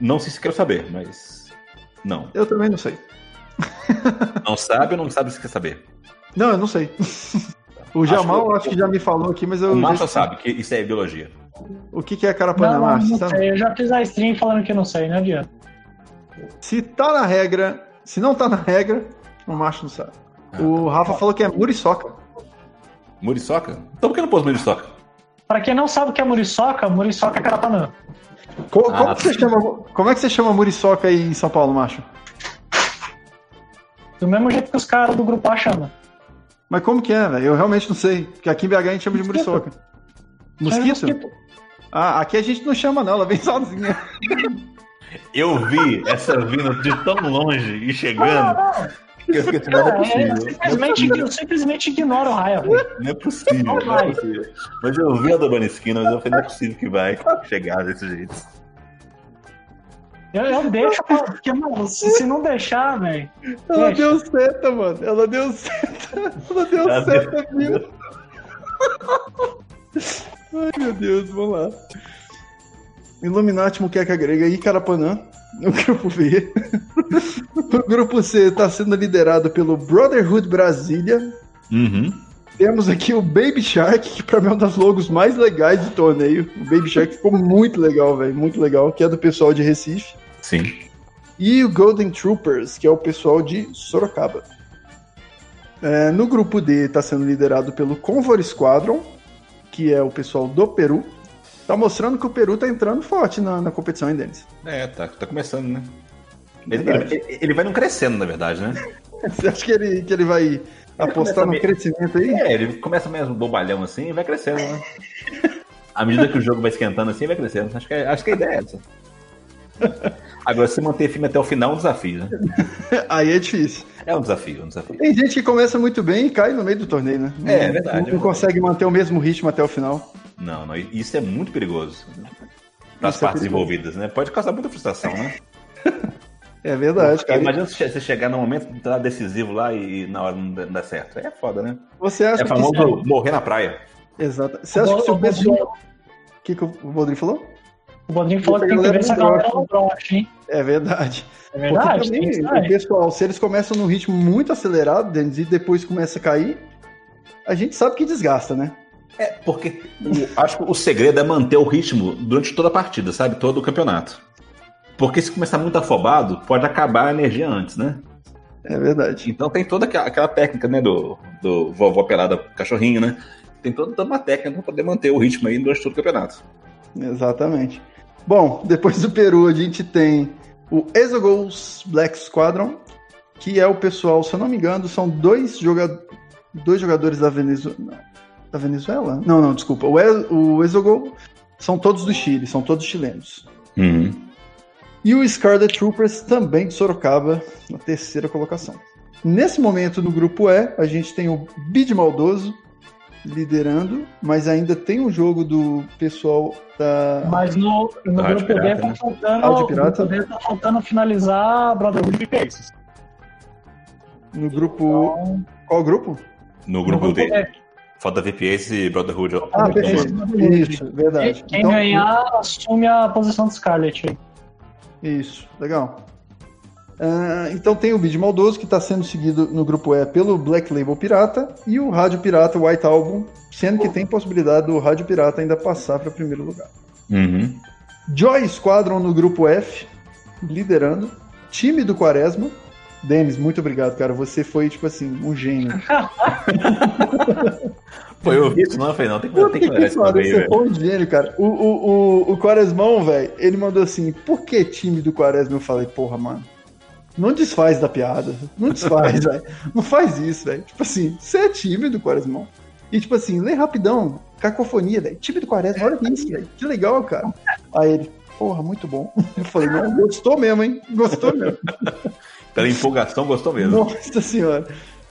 [SPEAKER 2] Não sei se quer saber, mas. Não.
[SPEAKER 1] Eu também não sei.
[SPEAKER 2] Não sabe ou não sabe se quer saber?
[SPEAKER 1] Não, eu não sei. O
[SPEAKER 2] Acho
[SPEAKER 1] Jamal
[SPEAKER 2] que-
[SPEAKER 1] acho que já me falou aqui, mas eu.
[SPEAKER 2] O Massa
[SPEAKER 1] já-
[SPEAKER 2] sabe que isso é biologia.
[SPEAKER 1] O que que é Carapanã,
[SPEAKER 3] Não, não,
[SPEAKER 1] Márcio?
[SPEAKER 3] não
[SPEAKER 1] sabe?
[SPEAKER 3] sei. Eu já fiz a stream falando que eu não sei, não adianta.
[SPEAKER 1] Se tá na regra, se não tá na regra, o Márcio não sabe.
[SPEAKER 2] Ah.
[SPEAKER 1] O Rafa falou que é muriçoca.
[SPEAKER 2] Muriçoca? Então por que não pôs muriçoca?
[SPEAKER 3] Pra quem não sabe o que é muriçoca, muriçoca é carapanã.
[SPEAKER 1] Co- Como,
[SPEAKER 2] Ah,
[SPEAKER 1] que você chama, como é que você chama muriçoca aí em São Paulo, Márcio?
[SPEAKER 3] Do mesmo jeito que os caras do grupo A chamam.
[SPEAKER 1] Mas como que é, velho? Eu realmente não sei. Porque aqui em BH a gente chama de
[SPEAKER 3] Mosquito.
[SPEAKER 1] muriçoca. Mosquito? Ah, aqui a gente não chama, não. Ela vem sozinha.
[SPEAKER 2] Eu vi essa vinda de tão longe e chegando. que Eu fiquei assim, não, não é
[SPEAKER 3] Cara, é,
[SPEAKER 2] possível.
[SPEAKER 3] simplesmente, eu simplesmente ignoro o raio. velho.
[SPEAKER 2] Não é possível. Não é possível. Mas eu vi a Dobana Esquina, mas eu falei, não é possível que vai chegar desse jeito.
[SPEAKER 3] Eu, eu deixo, pra- porque, mano, se, se não deixar, velho.
[SPEAKER 1] Ela
[SPEAKER 3] Deixa.
[SPEAKER 1] deu seta, mano. Ela deu seta. Ela deu
[SPEAKER 2] Ela deu-
[SPEAKER 1] seta, viu? Ai, meu Deus, vamos lá. Illuminati, Muqueca Grega e Carapanã, no grupo B. o grupo C está sendo liderado pelo Brotherhood Brasília.
[SPEAKER 2] Uhum.
[SPEAKER 1] Temos aqui o Baby Shark, que pra mim é um das logos mais legais do torneio. O Baby Shark ficou muito legal, velho. Muito legal, que é do pessoal de Recife.
[SPEAKER 2] Sim.
[SPEAKER 1] e o Golden Troopers, que é o pessoal de Sorocaba. É, no grupo D está sendo liderado pelo Convor Squadron, que é o pessoal do Peru. Tá mostrando que o Peru tá entrando forte na, na competição, hein, Denis?
[SPEAKER 2] É, tá, tá começando, né? Ele,
[SPEAKER 1] Verdade.
[SPEAKER 2] ele- ele vai não crescendo, na verdade, né?
[SPEAKER 1] Você acha que ele, que ele vai apostar no
[SPEAKER 2] também.
[SPEAKER 1] crescimento aí?
[SPEAKER 2] É, ele começa mesmo bobalhão assim e vai crescendo, né? À medida que o jogo vai esquentando assim, vai crescendo. Acho que, é- acho que a ideia é essa. Agora, se manter firme até o final é um desafio, né?
[SPEAKER 1] Aí é difícil.
[SPEAKER 2] É um desafio, é um desafio.
[SPEAKER 1] Tem gente que começa muito bem e cai no meio do torneio, né?
[SPEAKER 2] É,
[SPEAKER 1] Não-
[SPEAKER 2] verdade, é
[SPEAKER 1] Não
[SPEAKER 2] verdade.
[SPEAKER 1] consegue manter o mesmo ritmo até o final.
[SPEAKER 2] Não, não, isso é muito perigoso. Para as
[SPEAKER 1] Isso é
[SPEAKER 2] partes
[SPEAKER 1] perigoso.
[SPEAKER 2] envolvidas, né? Pode causar muita frustração, né?
[SPEAKER 1] É verdade, cara.
[SPEAKER 2] Imagina se você chegar no momento tá decisivo lá e na hora não dá- não dá certo. Aí é foda, né?
[SPEAKER 1] Você acha
[SPEAKER 2] É famoso morrer na praia.
[SPEAKER 1] que. Exato. Você acha que se
[SPEAKER 3] o,
[SPEAKER 1] o
[SPEAKER 3] Bodrinho-
[SPEAKER 1] pessoal. O que, que o Rodrigo falou?
[SPEAKER 3] o Bodrinho falou que tem que ver se a galera não brocha, hein?
[SPEAKER 1] É verdade.
[SPEAKER 3] É
[SPEAKER 1] Porque
[SPEAKER 3] verdade?
[SPEAKER 1] também,
[SPEAKER 3] Tem que
[SPEAKER 1] o
[SPEAKER 3] sair.
[SPEAKER 1] pessoal, se eles começam num ritmo muito acelerado, Denis, e depois começa a cair, a gente sabe que desgasta, né?
[SPEAKER 2] É, porque o- acho que o segredo é manter o ritmo durante toda a partida, sabe? Todo o campeonato. Porque se começar muito afobado, pode acabar a energia antes, né?
[SPEAKER 1] É verdade.
[SPEAKER 2] Então tem toda aquela, aquela técnica, né? Do, do vovó pelada cachorrinho, né? Tem toda, toda uma técnica pra poder manter o ritmo aí durante todo o campeonato.
[SPEAKER 1] Exatamente. Bom, depois do Peru, a gente tem o Exogols Black Squadron, que é o pessoal, se eu não me engano, são dois, joga dois jogadores da Venezuela. Da Venezuela? Não, não, desculpa. O, Ex o Exogol são todos do Chile, são todos chilenos.
[SPEAKER 6] Uhum.
[SPEAKER 1] E o Scarlet Troopers, também de Sorocaba, na terceira colocação. Nesse momento, no grupo E, a gente tem o Bid Maldoso liderando, mas ainda tem um jogo do pessoal da.
[SPEAKER 3] Mas no, no
[SPEAKER 2] Rádio
[SPEAKER 3] grupo
[SPEAKER 2] Pirata,
[SPEAKER 3] D tá
[SPEAKER 2] né?
[SPEAKER 3] faltando.
[SPEAKER 1] Áudio
[SPEAKER 3] no
[SPEAKER 1] Pirata.
[SPEAKER 3] grupo D tá faltando finalizar Brotherhood de Paces.
[SPEAKER 2] é
[SPEAKER 1] No grupo.
[SPEAKER 3] Então,
[SPEAKER 1] Qual grupo?
[SPEAKER 2] No grupo
[SPEAKER 3] no
[SPEAKER 2] dele.
[SPEAKER 3] D.
[SPEAKER 2] Falta VPS e Brotherhood.
[SPEAKER 1] é. Ah,
[SPEAKER 2] Então,
[SPEAKER 1] perfeito. Isso, verdade.
[SPEAKER 3] Quem
[SPEAKER 1] Então,
[SPEAKER 3] ganhar assume a posição do Scarlet.
[SPEAKER 1] Isso, legal. Ah, então tem o Bid Maldoso, que está sendo seguido no grupo E pelo Black Label Pirata, e o Rádio Pirata White Album, sendo que tem possibilidade do Rádio Pirata ainda passar para primeiro lugar.
[SPEAKER 2] Uhum.
[SPEAKER 1] Joy Squadron no grupo F, liderando. Time do Quaresma. Denis, muito obrigado, cara. Você foi, tipo assim, um gênio.
[SPEAKER 2] Pô, eu vi isso, não, eu falei, não, tem que, tem que melhorar esse nome aí,
[SPEAKER 1] Você
[SPEAKER 2] velho.
[SPEAKER 1] foi um gênio, cara. O, o, o, o Quaresmão, velho, ele mandou assim: por que time do Quaresma? Eu falei, porra, mano. Não desfaz da piada. Não desfaz, velho. Não faz isso, velho. Tipo assim, você é time do Quaresmão. E, tipo assim, lê rapidão, cacofonia, velho. Time do Quaresma, olha isso, velho. Que legal, cara. Aí ele, porra, muito bom. Eu falei, não, gostou mesmo, hein? Gostou mesmo.
[SPEAKER 2] Pela empolgação, gostou mesmo.
[SPEAKER 1] Nossa senhora.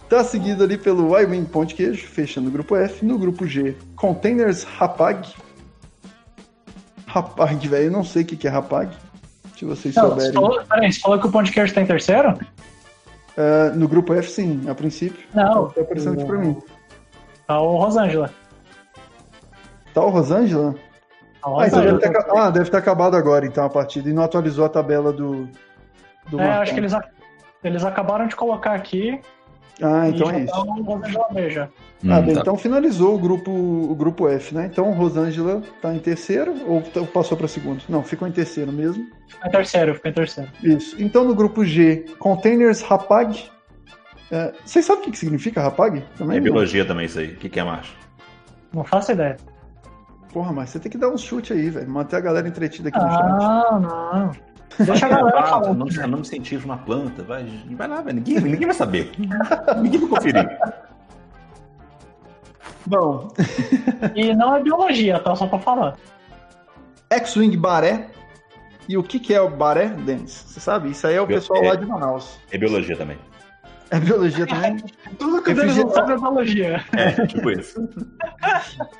[SPEAKER 1] Tá seguido ali pelo iWin Pão de Queijo, fechando o grupo F. No grupo G, Containers Rapag, Rapag, velho. Eu não sei o que, que é Rapag. Se vocês
[SPEAKER 3] Não, você
[SPEAKER 1] souberem.
[SPEAKER 3] falou, peraí, você falou que o Pão de Queijo tá em terceiro?
[SPEAKER 1] Ah, no grupo F, sim, a princípio.
[SPEAKER 3] Não.
[SPEAKER 1] Tá aparecendo aqui pra mim.
[SPEAKER 3] Tá o Rosângela.
[SPEAKER 1] Tá o Rosângela?
[SPEAKER 3] Tá o
[SPEAKER 1] Ah, então deve
[SPEAKER 3] Rosângela.
[SPEAKER 1] ter, aca- ah, deve ter acabado agora, então, a partida. E não atualizou a tabela do. do
[SPEAKER 3] é,
[SPEAKER 1] Marcão.
[SPEAKER 3] acho que eles, ac- eles acabaram de colocar aqui.
[SPEAKER 1] Ah, então
[SPEAKER 3] e
[SPEAKER 1] é
[SPEAKER 3] já
[SPEAKER 1] isso.
[SPEAKER 3] Tá o Rosângela B já.
[SPEAKER 1] Ah,
[SPEAKER 6] Hum,
[SPEAKER 1] bem,
[SPEAKER 6] tá.
[SPEAKER 2] É
[SPEAKER 1] então finalizou o grupo, o grupo F, né? Então Rosângela tá em terceiro ou t- passou pra segundo? Não, ficou em terceiro mesmo.
[SPEAKER 3] Ficou em terceiro, ficou em terceiro.
[SPEAKER 1] Isso. Então no grupo G, Containers Rapag. É, vocês sabem o que, que significa Rapag? Também
[SPEAKER 2] É
[SPEAKER 1] não?
[SPEAKER 2] biologia também isso aí. O que, que é macho?
[SPEAKER 3] Não faço ideia.
[SPEAKER 1] Porra, mas você tem que dar um chute aí, velho. Manter a galera entretida aqui no chat.
[SPEAKER 3] Ah, não. Deixa a galera
[SPEAKER 2] Planta,
[SPEAKER 3] falar.
[SPEAKER 2] nome, nome científico na planta. Vai, vai lá, velho. Ninguém, ninguém vai saber. ninguém vai conferir.
[SPEAKER 1] Bom,
[SPEAKER 3] E não é biologia, tá? Só pra falar.
[SPEAKER 1] X-Wing Baré. E o que, que é o Baré, Denis? Você sabe? Isso aí é o
[SPEAKER 2] Bio-
[SPEAKER 1] pessoal
[SPEAKER 2] é-
[SPEAKER 1] lá de Manaus.
[SPEAKER 2] É biologia também.
[SPEAKER 1] É biologia também.
[SPEAKER 3] Tudo que
[SPEAKER 1] Eu
[SPEAKER 3] eles
[SPEAKER 1] fiz
[SPEAKER 3] não
[SPEAKER 1] de-
[SPEAKER 3] sabem é biologia.
[SPEAKER 2] É, tipo isso.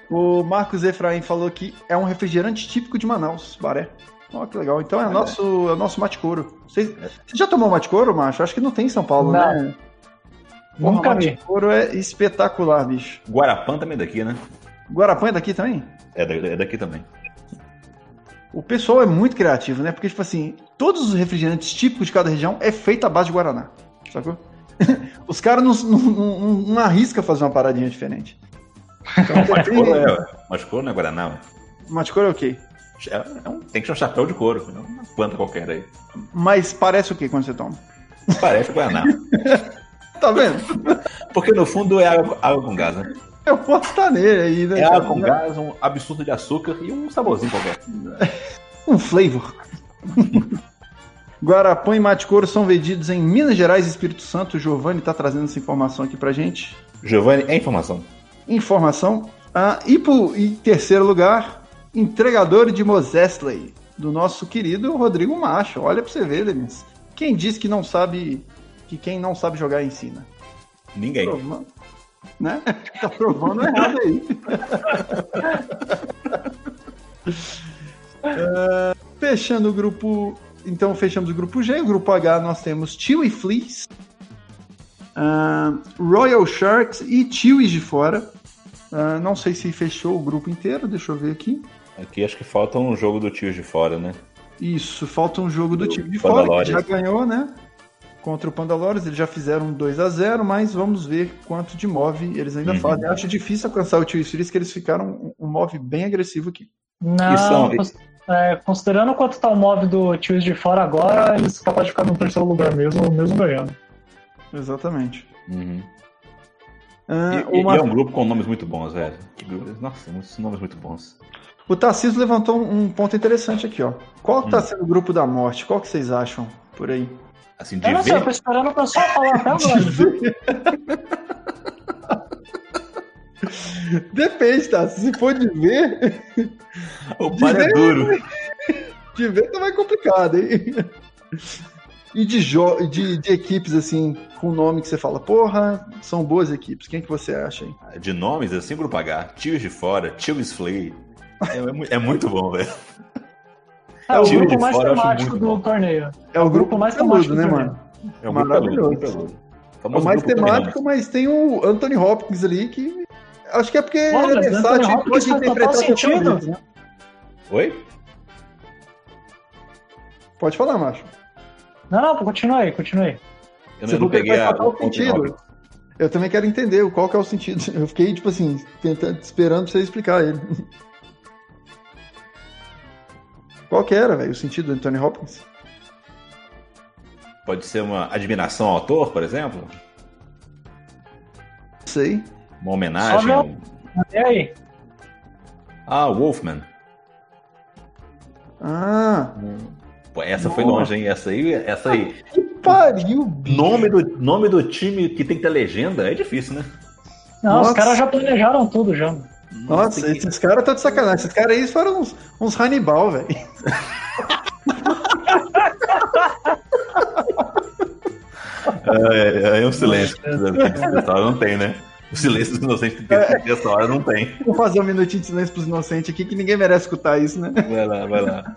[SPEAKER 1] O Marcos Efraim falou que é um refrigerante típico de Manaus, Baré. Ó, que legal. Então é o nosso, é o nosso mate couro. Você, você já tomou mate couro, macho? Acho que não tem em São Paulo,
[SPEAKER 3] Não.
[SPEAKER 1] né? Porra,
[SPEAKER 3] Nunca
[SPEAKER 1] mate
[SPEAKER 3] vi.
[SPEAKER 1] couro é espetacular, bicho.
[SPEAKER 2] Guarapã também é daqui, né?
[SPEAKER 1] Guarapã é daqui também?
[SPEAKER 2] É, da- é daqui também.
[SPEAKER 1] O pessoal é muito criativo, né? Porque, tipo assim, todos os refrigerantes típicos de cada região é feito à base de Guaraná. Sacou? Os caras não, não, não, não arrisca fazer uma paradinha diferente. Então,
[SPEAKER 2] Mas
[SPEAKER 1] tem-
[SPEAKER 2] couro é, ué. mas couro não é Guaraná. ué.
[SPEAKER 1] mate couro é o quê?
[SPEAKER 2] É, é um, tem que ser um chapéu de couro, não uma planta qualquer aí.
[SPEAKER 1] Mas parece o quê quando você toma?
[SPEAKER 2] Parece Guaraná.
[SPEAKER 1] Tá vendo?
[SPEAKER 2] Porque no fundo é água, água com gás, né?
[SPEAKER 1] Eu posso estar nele aí, né?
[SPEAKER 2] É água com gás, um absurdo de açúcar e um saborzinho qualquer.
[SPEAKER 1] Um flavor. Guarapã e mate couro são vendidos em Minas Gerais e Espírito Santo. O Giovanni tá trazendo essa informação aqui pra gente.
[SPEAKER 2] Giovanni, é informação.
[SPEAKER 1] Informação. Ah, e por, em terceiro lugar, entregador de Mosesley, do nosso querido Rodrigo Macho. Olha pra você ver, Denis. Quem diz que não sabe. que quem não sabe jogar ensina?
[SPEAKER 2] Ninguém.
[SPEAKER 1] Prova- Né? Tá provando errado aí. É, fechando o grupo. Então fechamos o grupo G. O grupo H nós temos Tio e Fleas, ah, Royal Sharks e Tios de fora. Ah, não sei se fechou o grupo inteiro, deixa eu ver aqui.
[SPEAKER 2] Aqui acho que falta um jogo do tio de fora, né?
[SPEAKER 1] Isso, falta um jogo do
[SPEAKER 2] Do
[SPEAKER 1] time de fora,
[SPEAKER 2] Pandalores.
[SPEAKER 1] que já ganhou, né? Contra o Pandalores, eles já fizeram 2 a 0 mas vamos ver quanto de move eles ainda
[SPEAKER 2] Uhum.
[SPEAKER 1] fazem. Eu Acho difícil alcançar o Tio Series, que eles ficaram um um move bem agressivo aqui.
[SPEAKER 3] Não,
[SPEAKER 2] E são-
[SPEAKER 3] cons- é, considerando quanto tá o móvel do Tios de fora agora, eles são capazes de ficar no terceiro lugar mesmo, mesmo ganhando.
[SPEAKER 1] Exatamente.
[SPEAKER 2] Uhum.
[SPEAKER 1] Ah,
[SPEAKER 2] E, e-
[SPEAKER 1] o, Mar-
[SPEAKER 2] e é um grupo com nomes muito bons, velho. Que grupo- Nossa, muitos nomes muito bons.
[SPEAKER 1] o Tarcísio levantou um um ponto interessante aqui, ó. Qual que tá
[SPEAKER 2] Hum.
[SPEAKER 1] sendo o grupo da morte? Qual que vocês acham por aí?
[SPEAKER 2] Assim, de
[SPEAKER 3] Eu não sei, eu tô
[SPEAKER 2] ver.
[SPEAKER 3] esperando o pessoal falar até agora.
[SPEAKER 1] Depende, tá? Se for de ver,
[SPEAKER 2] O pai é duro.
[SPEAKER 1] de ver tá mais complicado, hein? E de, jo- de, de equipes, assim, com nome que você fala, porra, são boas equipes. Quem que você acha, hein?
[SPEAKER 2] De nomes, assim, grupo H. Tios de fora, Tio Slay. É, é mu- é muito bom, velho.
[SPEAKER 3] É o
[SPEAKER 2] Tio de
[SPEAKER 3] grupo mais
[SPEAKER 2] fora eu acho
[SPEAKER 3] temático
[SPEAKER 2] muito
[SPEAKER 3] do
[SPEAKER 2] bom.
[SPEAKER 3] torneio.
[SPEAKER 1] É o grupo
[SPEAKER 3] grupo
[SPEAKER 1] mais
[SPEAKER 3] mais
[SPEAKER 1] peludo,
[SPEAKER 3] temático
[SPEAKER 1] né,
[SPEAKER 3] do
[SPEAKER 1] mano?
[SPEAKER 2] É
[SPEAKER 1] Maravilhoso. É o mais temático,
[SPEAKER 2] temático.
[SPEAKER 1] mas tem o Anthony Hopkins ali que. Acho que é porque
[SPEAKER 3] Olha,
[SPEAKER 1] ele é
[SPEAKER 3] Anthony
[SPEAKER 1] versátil e
[SPEAKER 3] Hopkins
[SPEAKER 1] pode
[SPEAKER 3] faz
[SPEAKER 1] interpretar
[SPEAKER 3] total
[SPEAKER 1] qualquer
[SPEAKER 3] sentido.
[SPEAKER 1] um deles, né?
[SPEAKER 2] Oi?
[SPEAKER 1] Pode falar, macho.
[SPEAKER 3] Não, não, continua aí, continua aí.
[SPEAKER 2] Eu
[SPEAKER 1] Você
[SPEAKER 2] não, não
[SPEAKER 1] vai
[SPEAKER 2] peguei a.
[SPEAKER 1] total
[SPEAKER 2] o- o-
[SPEAKER 1] sentido. Eu também quero entender o- qual que é o sentido. Eu fiquei, tipo assim, tentando, esperando pra você explicar ele. Qual que era, velho, o sentido do Anthony Hopkins?
[SPEAKER 2] Pode ser uma admiração ao autor, por exemplo?
[SPEAKER 1] Não sei.
[SPEAKER 2] Uma homenagem?
[SPEAKER 3] Só
[SPEAKER 2] ao-
[SPEAKER 3] E aí?
[SPEAKER 2] Ah, Wolfman.
[SPEAKER 1] Ah,
[SPEAKER 2] Pô, essa foi longe, hein? Essa aí, essa aí.
[SPEAKER 1] que pariu, bicho.
[SPEAKER 2] Nome do, nome do time que tem que ter legenda é difícil, né?
[SPEAKER 3] Não,
[SPEAKER 1] Nossa.
[SPEAKER 3] os caras já planejaram tudo já.
[SPEAKER 1] Nossa,
[SPEAKER 2] tem que-
[SPEAKER 1] esses caras estão de sacanagem. Esses caras aí foram uns, uns Hannibal, velho.
[SPEAKER 2] É, é, é um silêncio. Não tem, né? O silêncio dos inocentes que tem nessa hora não tem.
[SPEAKER 1] Vou fazer um minutinho de silêncio pros inocentes aqui, que ninguém merece escutar isso, né?
[SPEAKER 2] Vai lá, vai lá.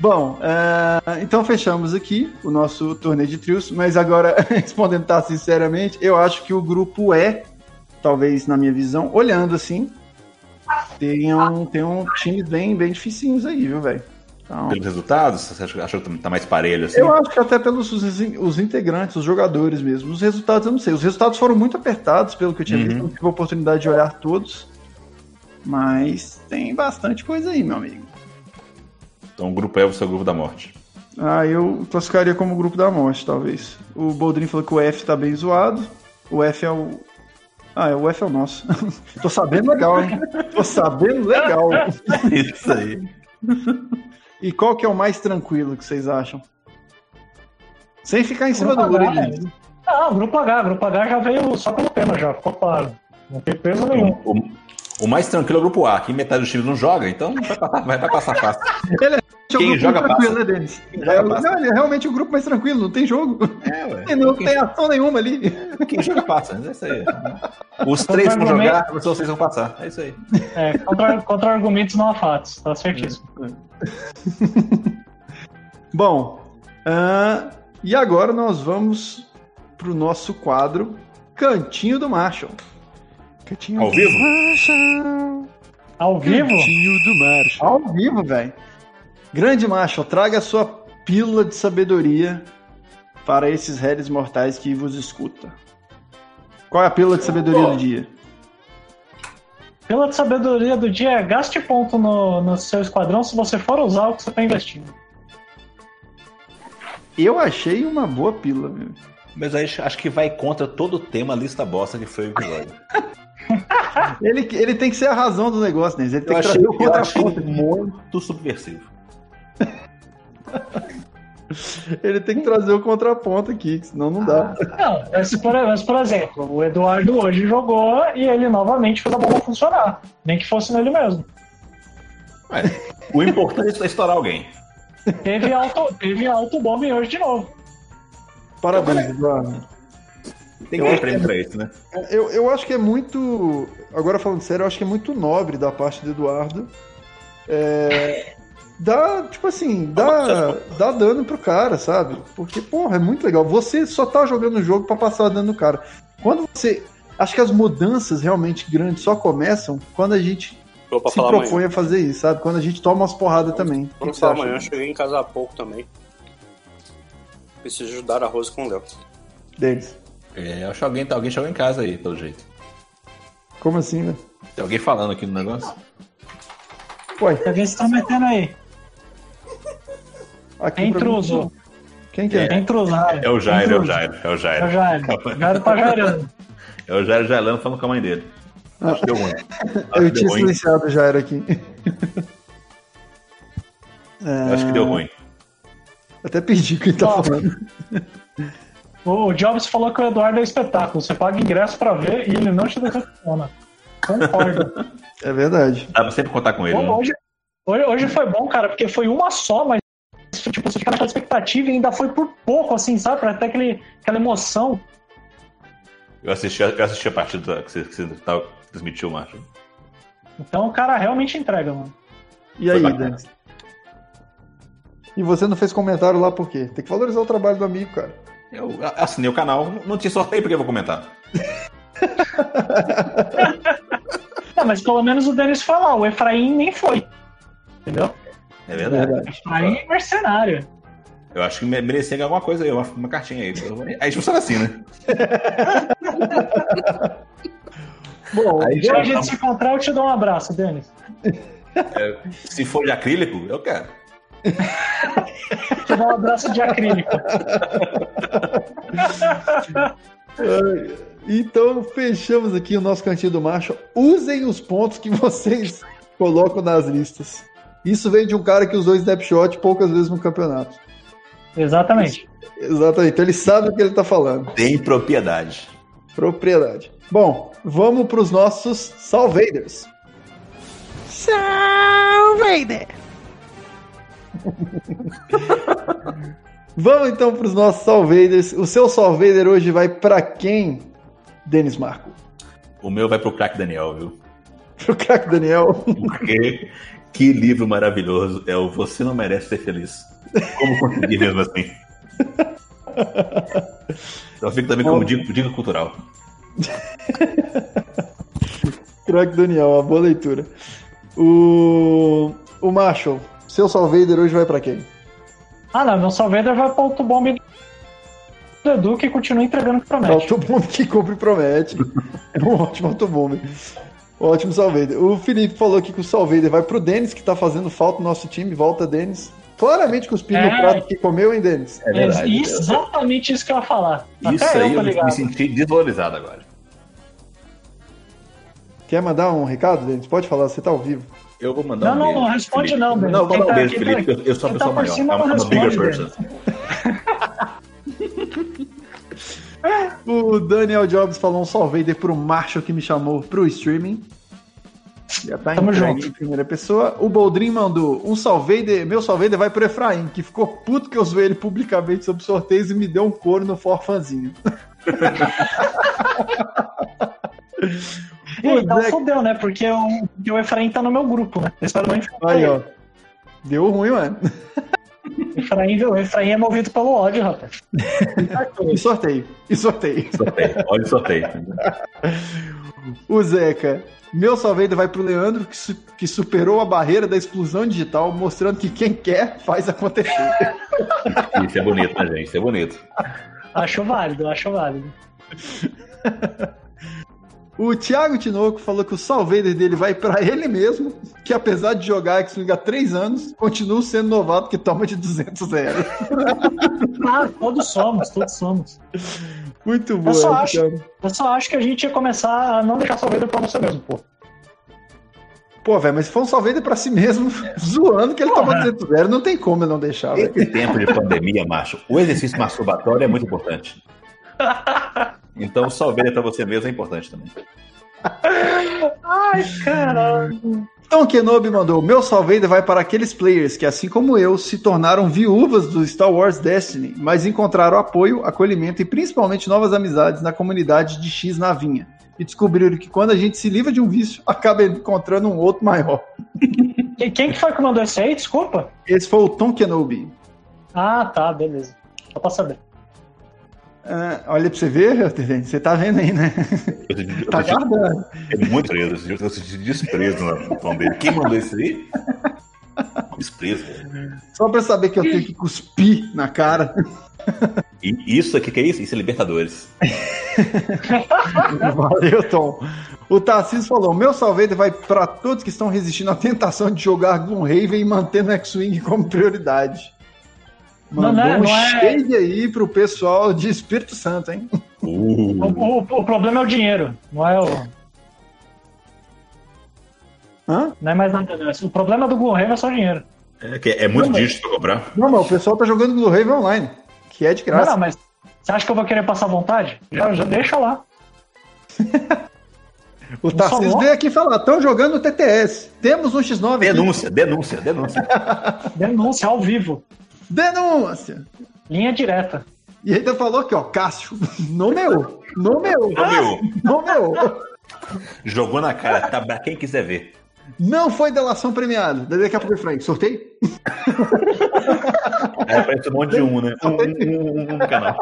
[SPEAKER 1] Bom, é, então fechamos aqui o nosso torneio de trios, mas agora, respondendo tá sinceramente, eu acho que o grupo E, talvez na minha visão, olhando assim, tem um, tem um time bem, bem dificinhos aí, viu, velho? Então,
[SPEAKER 2] Pelos resultados, você acha, acha que tá mais parelho assim?
[SPEAKER 1] eu acho que até pelos os, os integrantes, os jogadores mesmo, os resultados eu não sei. Os resultados foram muito apertados, pelo que eu tinha
[SPEAKER 2] Uhum.
[SPEAKER 1] visto, não tive a oportunidade de olhar todos, mas tem bastante coisa aí, meu amigo.
[SPEAKER 2] Então o grupo E é o seu grupo da morte.
[SPEAKER 1] Ah, eu classificaria como grupo da morte, talvez. O Boldrin falou que o F tá bem zoado. O F é o. Ah, é, o F é o nosso. Tô sabendo legal, hein? Tô sabendo legal.
[SPEAKER 2] Isso aí.
[SPEAKER 1] E qual que é o mais tranquilo que vocês acham? Sem ficar em cima do
[SPEAKER 3] Grupo
[SPEAKER 1] muro,
[SPEAKER 3] H,
[SPEAKER 1] Elias.
[SPEAKER 3] Ah, o grupo H. O grupo H já veio só pelo tema, já ficou claro. Não tem peso nenhum.
[SPEAKER 1] Então.
[SPEAKER 2] O, o mais tranquilo é o grupo A, que metade dos times não joga, então vai passar, vai, vai passar fácil.
[SPEAKER 1] Esse é o
[SPEAKER 2] Quem
[SPEAKER 1] grupo
[SPEAKER 2] joga
[SPEAKER 1] mais tranquilo, né, Denis? É,
[SPEAKER 2] joga
[SPEAKER 1] o-
[SPEAKER 2] passa.
[SPEAKER 1] não, ele é realmente o grupo mais tranquilo, não tem jogo.
[SPEAKER 2] É, ué.
[SPEAKER 1] Não tem ação nenhuma ali.
[SPEAKER 2] Quem joga passa, é isso aí.
[SPEAKER 1] Então,
[SPEAKER 2] Os três que vão jogar, só vocês vão passar. É isso aí.
[SPEAKER 3] É, contra, contra argumentos não há fatos, tá certíssimo.
[SPEAKER 1] Bom, ah, e agora nós vamos pro nosso quadro Cantinho do Marshall. Cantinho
[SPEAKER 2] Ao
[SPEAKER 1] do
[SPEAKER 2] vivo?
[SPEAKER 1] Marshall.
[SPEAKER 3] Ao vivo,
[SPEAKER 1] Cantinho do Marshall. Ao vivo, velho. Grande Marshall, traga a sua pílula de sabedoria para esses réis mortais que vos escuta. Qual é a pílula de sabedoria do dia?
[SPEAKER 3] pela sabedoria do dia, gaste ponto no, no seu esquadrão se você for usar o que você tá investindo.
[SPEAKER 1] Eu achei uma boa pílula, meu.
[SPEAKER 2] Mas aí acho que vai contra todo o tema lista bosta que foi o episódio.
[SPEAKER 1] Ele, ele tem que ser a razão do negócio, né? Ele tem
[SPEAKER 2] Eu
[SPEAKER 1] que
[SPEAKER 2] achei,
[SPEAKER 1] trazer o
[SPEAKER 2] eu achei
[SPEAKER 1] contraponto.
[SPEAKER 2] muito subversivo.
[SPEAKER 1] Ele tem que trazer o contraponto aqui, que senão não dá.
[SPEAKER 2] Ah.
[SPEAKER 3] Não, mas por, mas, por exemplo, o Eduardo hoje jogou e ele novamente fez a bola funcionar. Nem que fosse nele mesmo.
[SPEAKER 2] Ué, o importante é estourar alguém.
[SPEAKER 3] Teve auto, teve auto bombing hoje de novo.
[SPEAKER 1] Parabéns, Eduardo.
[SPEAKER 2] Tem que ter prêmio pra isso, né?
[SPEAKER 1] Eu, eu acho que é muito. Agora falando sério, eu acho que é muito nobre da parte do Eduardo. É, dá, tipo assim, dá, dá dano pro cara, sabe? Porque, porra, é muito legal. Você só tá jogando o jogo pra passar dano no cara. Quando você. Acho que as mudanças realmente grandes só começam quando a gente
[SPEAKER 4] Vou pra
[SPEAKER 1] se
[SPEAKER 4] falar
[SPEAKER 1] propõe
[SPEAKER 4] amanhã.
[SPEAKER 1] a fazer isso, sabe? Quando a gente toma umas porradas também. O que
[SPEAKER 4] Vamos
[SPEAKER 1] que você
[SPEAKER 4] falar
[SPEAKER 1] acha?
[SPEAKER 4] amanhã, eu cheguei em casa há pouco também. Preciso ajudar a Rose com o Léo.
[SPEAKER 1] Deles.
[SPEAKER 2] É, acho que alguém, tá- alguém chegou em casa aí, pelo jeito.
[SPEAKER 1] Como assim, né?
[SPEAKER 2] Tem alguém falando aqui no negócio?
[SPEAKER 1] Ué,
[SPEAKER 3] Alguém se tá metendo aí.
[SPEAKER 1] aqui
[SPEAKER 3] É
[SPEAKER 1] pra mim-
[SPEAKER 3] intruso.
[SPEAKER 1] Quem que é?
[SPEAKER 3] É intruso, Jairo.
[SPEAKER 2] É o Jairo, é o Jairo, é o
[SPEAKER 3] É o
[SPEAKER 2] Jairo.
[SPEAKER 3] Jairo. O Jairo tá jairando.
[SPEAKER 2] É o Jairo Jailano falando com a mãe dele. Acho que deu ruim. Acho
[SPEAKER 1] Eu
[SPEAKER 2] que deu
[SPEAKER 1] tinha
[SPEAKER 2] ruim.
[SPEAKER 1] silenciado já era aqui.
[SPEAKER 2] Acho que deu ruim.
[SPEAKER 1] Até perdi o que ele tá
[SPEAKER 3] Ó.
[SPEAKER 1] falando.
[SPEAKER 3] O o Jobs falou que o Eduardo é espetáculo. Você paga ingresso pra ver e ele não te decepciona. Concordo.
[SPEAKER 1] É verdade.
[SPEAKER 2] Dá pra sempre contar com
[SPEAKER 1] Tá
[SPEAKER 2] ele, né?
[SPEAKER 3] hoje, hoje, hoje foi bom, cara, porque foi uma só, mas tipo, você fica naquela expectativa e ainda foi por pouco, assim, sabe? Pra ter aquele, aquela emoção.
[SPEAKER 2] Eu assisti, eu assisti a partida que você, que você tá- transmitiu, Márcio.
[SPEAKER 3] Então o cara realmente entrega, mano.
[SPEAKER 1] E aí,
[SPEAKER 2] bacana.
[SPEAKER 1] Denis? E você não fez comentário lá por quê? Tem que valorizar o trabalho do amigo, cara.
[SPEAKER 2] Eu assinei o canal, não tinha sorteio porque eu vou comentar.
[SPEAKER 3] Não, mas pelo menos o Denis foi lá, o Efraim nem foi. Entendeu?
[SPEAKER 2] É verdade.
[SPEAKER 3] Efraim é mercenário.
[SPEAKER 2] Eu acho que me- merecia ganhar alguma coisa aí, uma, uma cartinha aí. Aí funciona assim, né?
[SPEAKER 1] Bom,
[SPEAKER 2] Aí
[SPEAKER 3] Se
[SPEAKER 2] já-
[SPEAKER 3] a gente se encontrar, eu te dou um abraço, Denis.
[SPEAKER 2] se for de acrílico, eu quero.
[SPEAKER 3] Te dou um abraço de acrílico.
[SPEAKER 1] então fechamos aqui o nosso cantinho do macho. Usem os pontos que vocês colocam nas listas. Isso vem de um cara que usou snapshot poucas vezes no campeonato.
[SPEAKER 3] Exatamente.
[SPEAKER 1] Exatamente. Então ele sabe o que ele tá falando.
[SPEAKER 2] Tem propriedade.
[SPEAKER 1] Propriedade. Bom, vamos para os nossos Salvaders. Salvader! vamos então para os nossos Salvaders. O seu Salvader hoje vai para quem, Denis Marco.
[SPEAKER 2] O meu vai pro craque Daniel, viu?
[SPEAKER 1] Pro craque Daniel.
[SPEAKER 2] Porque que livro maravilhoso é o Você Não Merece Ser Feliz. Como conseguir mesmo assim? Eu fico também como dica, dica cultural.
[SPEAKER 1] Crack Daniel, uma boa leitura. O, o Marshall, seu Salvader hoje vai pra quem?
[SPEAKER 3] Ah, não, meu Salvader vai pra autobomb do Edu que continua entregando o que
[SPEAKER 1] É o
[SPEAKER 3] promete.
[SPEAKER 1] autobomb que cumpre e promete. É um ótimo autobomb. Ótimo Salvader. O Felipe falou aqui que o Salvader vai pro Denis, que tá fazendo falta no nosso time. Volta, Denis. Claramente cuspindo
[SPEAKER 3] É.
[SPEAKER 1] no prato que comeu, hein, Denis?
[SPEAKER 2] É
[SPEAKER 3] É exatamente isso que eu ia falar.
[SPEAKER 2] Isso
[SPEAKER 3] Até
[SPEAKER 2] aí
[SPEAKER 3] eu tô
[SPEAKER 2] eu me
[SPEAKER 3] ligado.
[SPEAKER 2] senti desvalorizado agora.
[SPEAKER 1] Quer mandar um recado, Denis? Pode falar, você tá ao vivo.
[SPEAKER 2] Eu vou mandar
[SPEAKER 3] Não, não,
[SPEAKER 2] um beijo.
[SPEAKER 3] não responde
[SPEAKER 2] Felipe.
[SPEAKER 3] não, Denis.
[SPEAKER 2] Não, vou
[SPEAKER 3] Quem
[SPEAKER 2] mandar um
[SPEAKER 3] tá-
[SPEAKER 2] beijo,
[SPEAKER 3] quem
[SPEAKER 2] Felipe,
[SPEAKER 3] tá-
[SPEAKER 2] porque eu- eu sou a
[SPEAKER 3] quem tá
[SPEAKER 2] pessoa
[SPEAKER 3] por
[SPEAKER 2] maior. É
[SPEAKER 3] cima não
[SPEAKER 2] I'm a
[SPEAKER 3] responde, né?
[SPEAKER 2] bigger person.
[SPEAKER 1] O Daniel Jobs falou um Salvader pro Marshall que me chamou pro streaming. Já tá
[SPEAKER 3] Tamo
[SPEAKER 1] entregue
[SPEAKER 3] junto.
[SPEAKER 1] em primeira pessoa. O Boldrin mandou um Salvader. Meu Salvader vai pro Efraim, que ficou puto que eu zoei ele publicamente sobre sorteios e me deu um couro no forfanzinho.
[SPEAKER 3] E então
[SPEAKER 1] Pois é.
[SPEAKER 3] fodeu, né? Porque o, porque o Efraim tá no meu grupo, né? Eu espero não enfrentar
[SPEAKER 1] Aí,
[SPEAKER 3] ele.
[SPEAKER 1] ó. Deu ruim, mano.
[SPEAKER 3] O Efraim, o Efraim é movido pelo ódio, rapaz.
[SPEAKER 1] E sorteio. E sorteio.
[SPEAKER 2] Sorteio. Olha o sorteio.
[SPEAKER 1] O Zeca. Meu Salvader vai pro Leandro, que, su- que superou a barreira da explosão digital, mostrando que quem quer faz acontecer.
[SPEAKER 2] Isso é bonito, né, gente? Isso é bonito.
[SPEAKER 3] Acho válido, acho válido.
[SPEAKER 1] O Thiago Tinoco falou que o Salvader dele vai pra ele mesmo, que apesar de jogar X-Wing há 3 anos, continua sendo novato que toma de 200 zero.
[SPEAKER 3] Ah, todos somos, todos somos.
[SPEAKER 1] Muito bom.
[SPEAKER 3] só
[SPEAKER 1] essa,
[SPEAKER 3] acho-
[SPEAKER 1] cara.
[SPEAKER 3] Eu só acho que a gente ia começar a não deixar Salvader pra você mesmo, pô.
[SPEAKER 1] Pô, velho, mas se for um Salvader pra si mesmo, zoando que ele
[SPEAKER 3] Porra.
[SPEAKER 1] toma 200 zero, não tem como eu não deixar, velho.
[SPEAKER 2] Esse tempo de pandemia, macho, o exercício masturbatório é muito importante. Então, o salveira pra você mesmo é importante também.
[SPEAKER 3] Ai, caralho.
[SPEAKER 1] Então, Kenobi mandou: Meu Salvader vai para aqueles players que, assim como eu, se tornaram viúvas do Star Wars Destiny, mas encontraram apoio, acolhimento e principalmente novas amizades na comunidade de X Navinha. E descobriram que quando a gente se livra de um vício, acaba encontrando um outro maior.
[SPEAKER 3] E Quem que foi que mandou esse aí? Desculpa.
[SPEAKER 1] Esse foi o Tom Kenobi.
[SPEAKER 3] Ah, tá, beleza. Só pra saber.
[SPEAKER 1] Ah, olha pra você ver, Terence, você tá vendo aí, né?
[SPEAKER 2] Eu senti, eu
[SPEAKER 1] Tá
[SPEAKER 2] senti-
[SPEAKER 1] guardando.
[SPEAKER 2] é muito preso, eu senti- eu senti desprezo no tom dele. Quem mandou isso aí? Desprezo.
[SPEAKER 1] Só pra saber que eu tenho que cuspir na cara.
[SPEAKER 2] E isso aqui, que é isso? Isso é Libertadores.
[SPEAKER 1] Valeu, Tom. O Tarcísio falou: meu salveiro vai para todos que estão resistindo à tentação de jogar Gloomhaven e mantendo o X-Wing como prioridade.
[SPEAKER 3] Não,
[SPEAKER 1] Mandou
[SPEAKER 3] não é-
[SPEAKER 1] um
[SPEAKER 3] não é-
[SPEAKER 1] shade aí pro pessoal de Espírito Santo, hein?
[SPEAKER 3] O,
[SPEAKER 2] Uh,
[SPEAKER 3] o- o problema é o dinheiro, não é, o,
[SPEAKER 1] Hã?
[SPEAKER 3] não é mais nada. não. O problema do Gloomhaven é só o dinheiro.
[SPEAKER 2] é, que é muito dígito pra comprar.
[SPEAKER 1] Não, mas o pessoal tá jogando Gloomhaven online, que é de
[SPEAKER 3] Não,
[SPEAKER 1] graça.
[SPEAKER 3] não, mas você acha que eu vou querer passar vontade? Já, já deixa lá.
[SPEAKER 1] o Tarcísio
[SPEAKER 3] falou?
[SPEAKER 1] veio aqui falar: estão jogando o TTS. Temos um X9 aqui.
[SPEAKER 2] Denúncia, denúncia, denúncia.
[SPEAKER 3] Denúncia ao vivo.
[SPEAKER 1] Denúncia!
[SPEAKER 3] Linha direta.
[SPEAKER 1] E ainda falou aqui, ó, Cássio. Nomeou. Nomeou.
[SPEAKER 2] Ô, meu,
[SPEAKER 1] Nomeou.
[SPEAKER 2] jogou na cara, tá pra quem quiser ver.
[SPEAKER 1] Não foi delação premiada. Daqui a pouco, Frank, sorteio?
[SPEAKER 2] Aí aparece um monte de um, né? Um, um, um, um, um canal.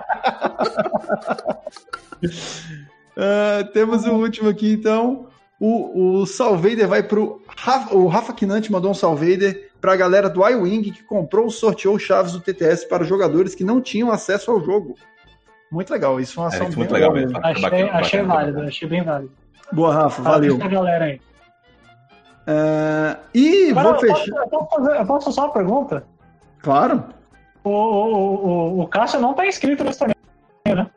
[SPEAKER 1] Ah, temos o último aqui, então. O, o Salvader vai pro. Rafa, o Rafa Quinante mandou um Salvader pra galera do iWing que comprou ou sorteou chaves do TTS para jogadores que não tinham acesso ao jogo. Muito legal, isso é uma
[SPEAKER 2] É,
[SPEAKER 1] ação
[SPEAKER 2] isso
[SPEAKER 1] bem
[SPEAKER 2] é muito legal
[SPEAKER 1] boa
[SPEAKER 2] mesmo.
[SPEAKER 3] né? Achei,
[SPEAKER 2] Bacana,
[SPEAKER 3] achei
[SPEAKER 2] bacana.
[SPEAKER 3] válido, achei bem válido.
[SPEAKER 1] Boa, Rafa, valeu.
[SPEAKER 3] Parabéns pra galera aí.
[SPEAKER 1] Ah, e
[SPEAKER 3] Agora,
[SPEAKER 1] vou
[SPEAKER 3] eu, posso,
[SPEAKER 1] fechar.
[SPEAKER 3] eu posso fazer, eu posso só uma pergunta?
[SPEAKER 1] Claro,
[SPEAKER 3] O, o, o, o- o Cássio não tá inscrito nesse torneio, né?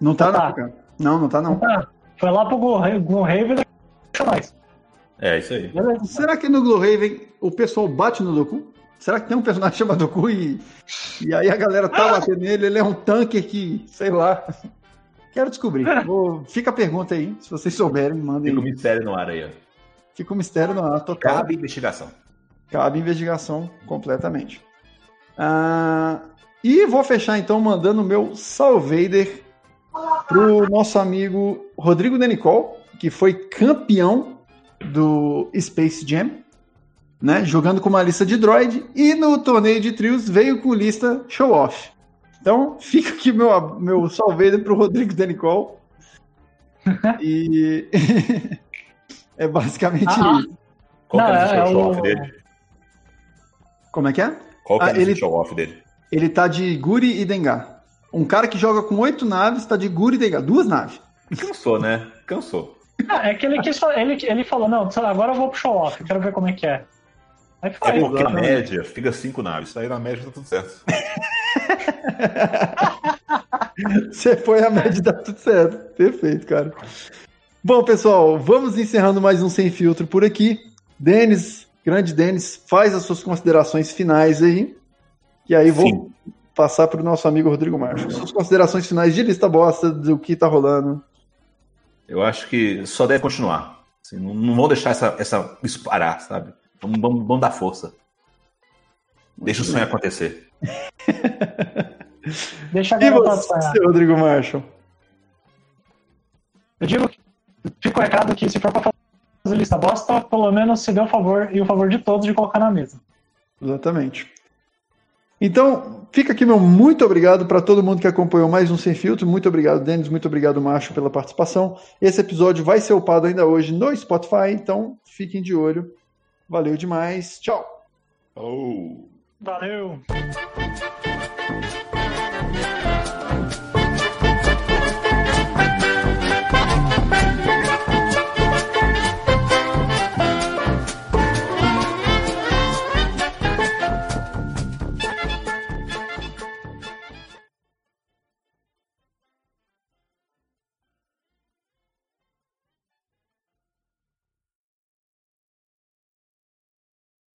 [SPEAKER 1] não tá,
[SPEAKER 3] Tá.
[SPEAKER 1] não. cara. Não, não tá não.
[SPEAKER 3] Ah, foi lá pro Gloomha- Gloomhaven e deixa mais.
[SPEAKER 2] É, isso aí.
[SPEAKER 3] Beleza.
[SPEAKER 1] Será que no Gloomhaven o pessoal bate no Doku? Será que tem um personagem chamado Doku e, e aí a galera tá batendo nele? Ele é um tanque que, sei lá. Quero descobrir. Vou- fica a pergunta aí. Se vocês souberem, mandem.
[SPEAKER 2] Fica o um mistério no ar aí, ó.
[SPEAKER 1] Fica o mistério no ar total. Cabe,
[SPEAKER 2] Cabe
[SPEAKER 3] Tá.
[SPEAKER 2] investigação.
[SPEAKER 1] investigação completamente. Ah, e vou fechar então mandando o meu Salvader pro nosso amigo Rodrigo Denicol, que foi campeão do Space Jam, né? Jogando com uma lista de droid e no torneio de trios veio com lista show off. Então fica aqui meu, ab- meu salveiro pro Rodrigo Denicol. E é basicamente
[SPEAKER 3] Ah,
[SPEAKER 1] isso.
[SPEAKER 2] Qual que
[SPEAKER 3] Não,
[SPEAKER 2] é
[SPEAKER 3] é
[SPEAKER 2] o show-off
[SPEAKER 3] o-
[SPEAKER 2] dele?
[SPEAKER 1] Como é que é?
[SPEAKER 2] Qual que
[SPEAKER 1] Ah,
[SPEAKER 2] é
[SPEAKER 1] ele-
[SPEAKER 2] o show-off dele?
[SPEAKER 1] Ele tá de Guri e Dengar. Um cara que joga com oito naves tá de Guri e Dengar. Duas naves.
[SPEAKER 2] Cansou, né? Cansou.
[SPEAKER 3] Ah, é que ele quis fa- ele, ele falou, não, agora eu vou pro show off, quero ver como é que é. Aí foi.
[SPEAKER 2] É porque a
[SPEAKER 1] exatamente.
[SPEAKER 2] média fica cinco naves. Isso aí na média tá tudo certo.
[SPEAKER 1] Você foi a média e dá tudo certo. Perfeito, cara. Bom, pessoal, vamos encerrando mais um Sem Filtro por aqui. Denis, grande Denis, faz as suas considerações finais aí. E aí vou
[SPEAKER 2] Sim.
[SPEAKER 1] passar pro nosso amigo Rodrigo Marcos. Suas considerações finais de lista bosta do que tá rolando.
[SPEAKER 2] Eu acho que só deve continuar. Assim, não, não vão deixar essa, essa, isso parar, sabe? Vamos, vamos- vamos dar força. Deixa o sonho acontecer.
[SPEAKER 3] Deixa a
[SPEAKER 1] E
[SPEAKER 3] garota sonhar.
[SPEAKER 1] você, Rodrigo Marshall?
[SPEAKER 3] Eu digo que fica o recado que se for pra fazer lista bosta, pelo menos se dê o favor e o favor de todos de colocar na mesa.
[SPEAKER 1] Exatamente. Então, fica aqui meu muito obrigado para todo mundo que acompanhou mais um Sem Filtro. Muito obrigado, Denis. Muito obrigado, Macho, pela participação. Esse episódio vai ser upado ainda hoje no Spotify, então fiquem de olho. Valeu demais. Tchau.
[SPEAKER 2] Falou!
[SPEAKER 3] Valeu!